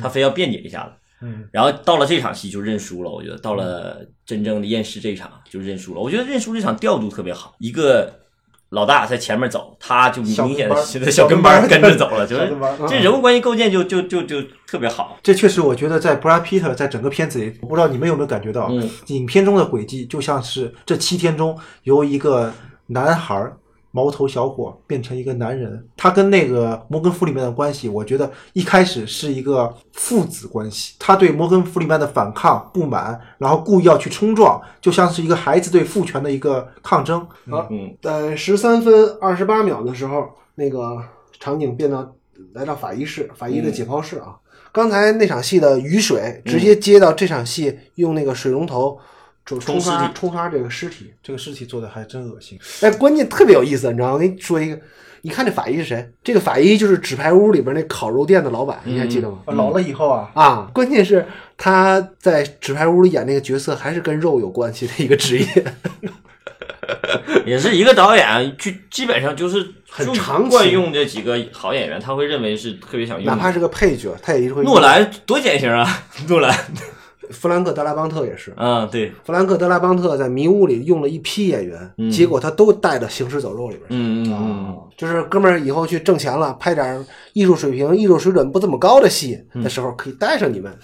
Speaker 3: 他非要辩解一下子。
Speaker 2: 嗯，
Speaker 3: 然后到了这场戏就认输了，我觉得到了真正的验尸这一场就认输了。我觉得认输这场调度特别好，一个老大在前面走，他就明显的
Speaker 2: 小跟班儿
Speaker 3: 小跟班儿跟着走了，就
Speaker 2: 小
Speaker 3: 是
Speaker 2: 跟班儿
Speaker 3: 这人物关系构建就就就就特别好。
Speaker 2: 这确实，我觉得在 Brad Pitt 在整个片子里，我不知道你们有没有感觉到，
Speaker 3: 嗯
Speaker 2: 影片中的轨迹就像是这七天中由一个男孩儿毛头小伙变成一个男人，他跟那个摩根弗里曼的关系，我觉得一开始是一个父子关系，他对摩根弗里曼的反抗、不满，然后故意要去冲撞，就像是一个孩子对父权的一个抗争。
Speaker 3: 嗯
Speaker 1: 在十三分二十八秒的时候，那个场景变到来到法医室，法
Speaker 3: 嗯
Speaker 1: 医的解剖室啊。刚才那场戏的雨水直接接到这场戏用那个水龙头冲
Speaker 3: 冲尸
Speaker 1: 刷
Speaker 3: 体
Speaker 1: 冲刷这个尸体。
Speaker 2: 这个尸体做的还真恶心。
Speaker 1: 哎，关键特别有意思，你知道吗？我跟你说一个，你看这法医是谁？这个法医就是纸牌屋里边那烤肉店的老板，你还记得
Speaker 3: 嗯
Speaker 1: 吗？
Speaker 2: 啊老了以后啊，
Speaker 1: 啊，关键是他在纸牌屋里演那个角色，还是跟肉有关系的一个职业，
Speaker 3: 嗯也是一个导演，就基本上就是
Speaker 1: 很
Speaker 3: 就
Speaker 1: 长期
Speaker 3: 惯用这几个好演员，他会认为是特别想用的。
Speaker 1: 哪怕是个配角，他也会。
Speaker 3: 诺兰多典型啊，诺兰，
Speaker 1: 弗兰克·德拉邦特也是，
Speaker 3: 啊，对，
Speaker 1: 弗兰克·德拉邦特在《迷雾》里用了一批演员，
Speaker 3: 嗯
Speaker 1: 结果他都带到《行尸走肉》里边去。
Speaker 3: 嗯嗯嗯，
Speaker 1: 就是哥们儿以后去挣钱了，拍点儿艺术水平、艺术水准不怎么高的戏
Speaker 3: 嗯
Speaker 1: 的时候，可以带上你们。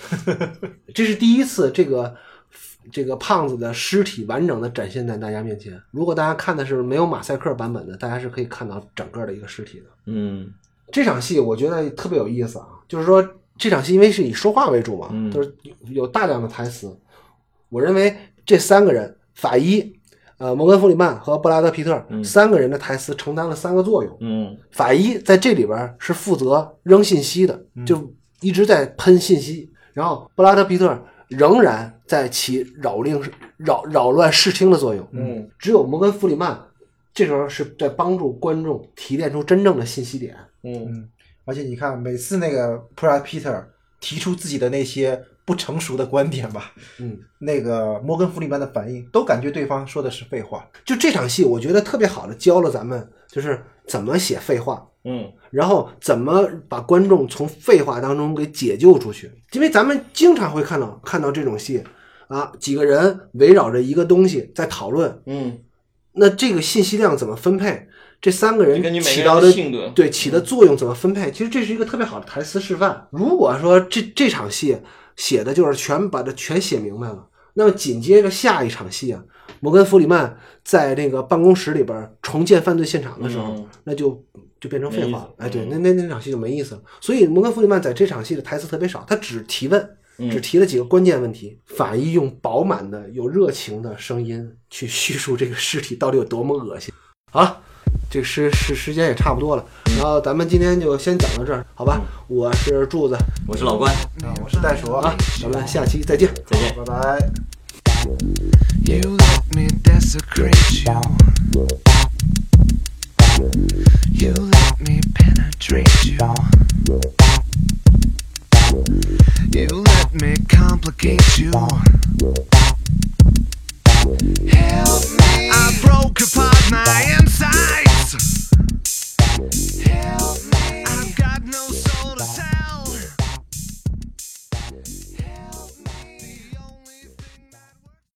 Speaker 1: 这是第一次，这个这个胖子的尸体完整的展现在大家面前。如果大家看的是没有马赛克版本的，大家是可以看到整个的一个尸体的。
Speaker 3: 嗯
Speaker 1: 这场戏我觉得特别有意思啊，就是说这场戏因为是以说话为主嘛，
Speaker 3: 嗯
Speaker 1: 就是有大量的台词。我认为这三个人，法医、呃摩根·弗里曼和布拉德·皮特、三个人的台词承担了三个作用。
Speaker 3: 嗯
Speaker 1: 法医在这里边儿是负责扔信息的，
Speaker 3: 嗯
Speaker 1: 就一直在喷信息。然后布拉德皮特仍然在起扰令、扰扰乱视听的作用。
Speaker 3: 嗯，
Speaker 1: 只有摩根弗里曼这时候是在帮助观众提炼出真正的信息点。
Speaker 3: 嗯
Speaker 2: 而且你看每次那个 p r a Peter 提出自己的那些不成熟的观点吧，
Speaker 1: 嗯，
Speaker 2: 那个摩根弗里曼的反应都感觉对方说的是废话。
Speaker 1: 就这场戏，我觉得特别好的教了咱们就是怎么写废话，
Speaker 3: 嗯
Speaker 1: 然后怎么把观众从废话当中给解救出去？因为咱们经常会看到看到这种戏，啊，几个人围绕着一个东西在讨论，
Speaker 3: 嗯，
Speaker 1: 那这个信息量怎么分配？这三个人
Speaker 3: 就根据每
Speaker 1: 起
Speaker 3: 个人
Speaker 1: 到
Speaker 3: 的性格，
Speaker 1: 对起的作用怎么分配？其实这是一个特别好的台词示范。如果说这这场戏写的就是全把它全写明白了，那么紧接着下一场戏啊，摩根弗里曼在那个办公室里边重建犯罪现场的时候，
Speaker 3: 嗯
Speaker 1: 那就就变成废
Speaker 3: 没意
Speaker 1: 话
Speaker 3: 思
Speaker 1: 了。哎，对，
Speaker 3: 嗯
Speaker 1: 那那那场戏就没意思了。所以摩根弗里曼在这场戏的台词特别少，他只提问，
Speaker 3: 嗯
Speaker 1: 只提了几个关键问题。法医用饱满的、有热情的声音去叙述这个尸体到底有多么恶心。好了，这个时时时间也差不多了，然后咱们今天就先讲到这儿，好吧？
Speaker 3: 嗯
Speaker 1: 我是柱子
Speaker 3: 我是老关，
Speaker 2: 啊，我是袋鼠
Speaker 1: 啊
Speaker 2: 啊，，
Speaker 1: 咱们下期再见。
Speaker 3: 再见。
Speaker 2: 拜拜。
Speaker 4: You let me desecrate you. You let me penetrate you. You let me complicate you. Help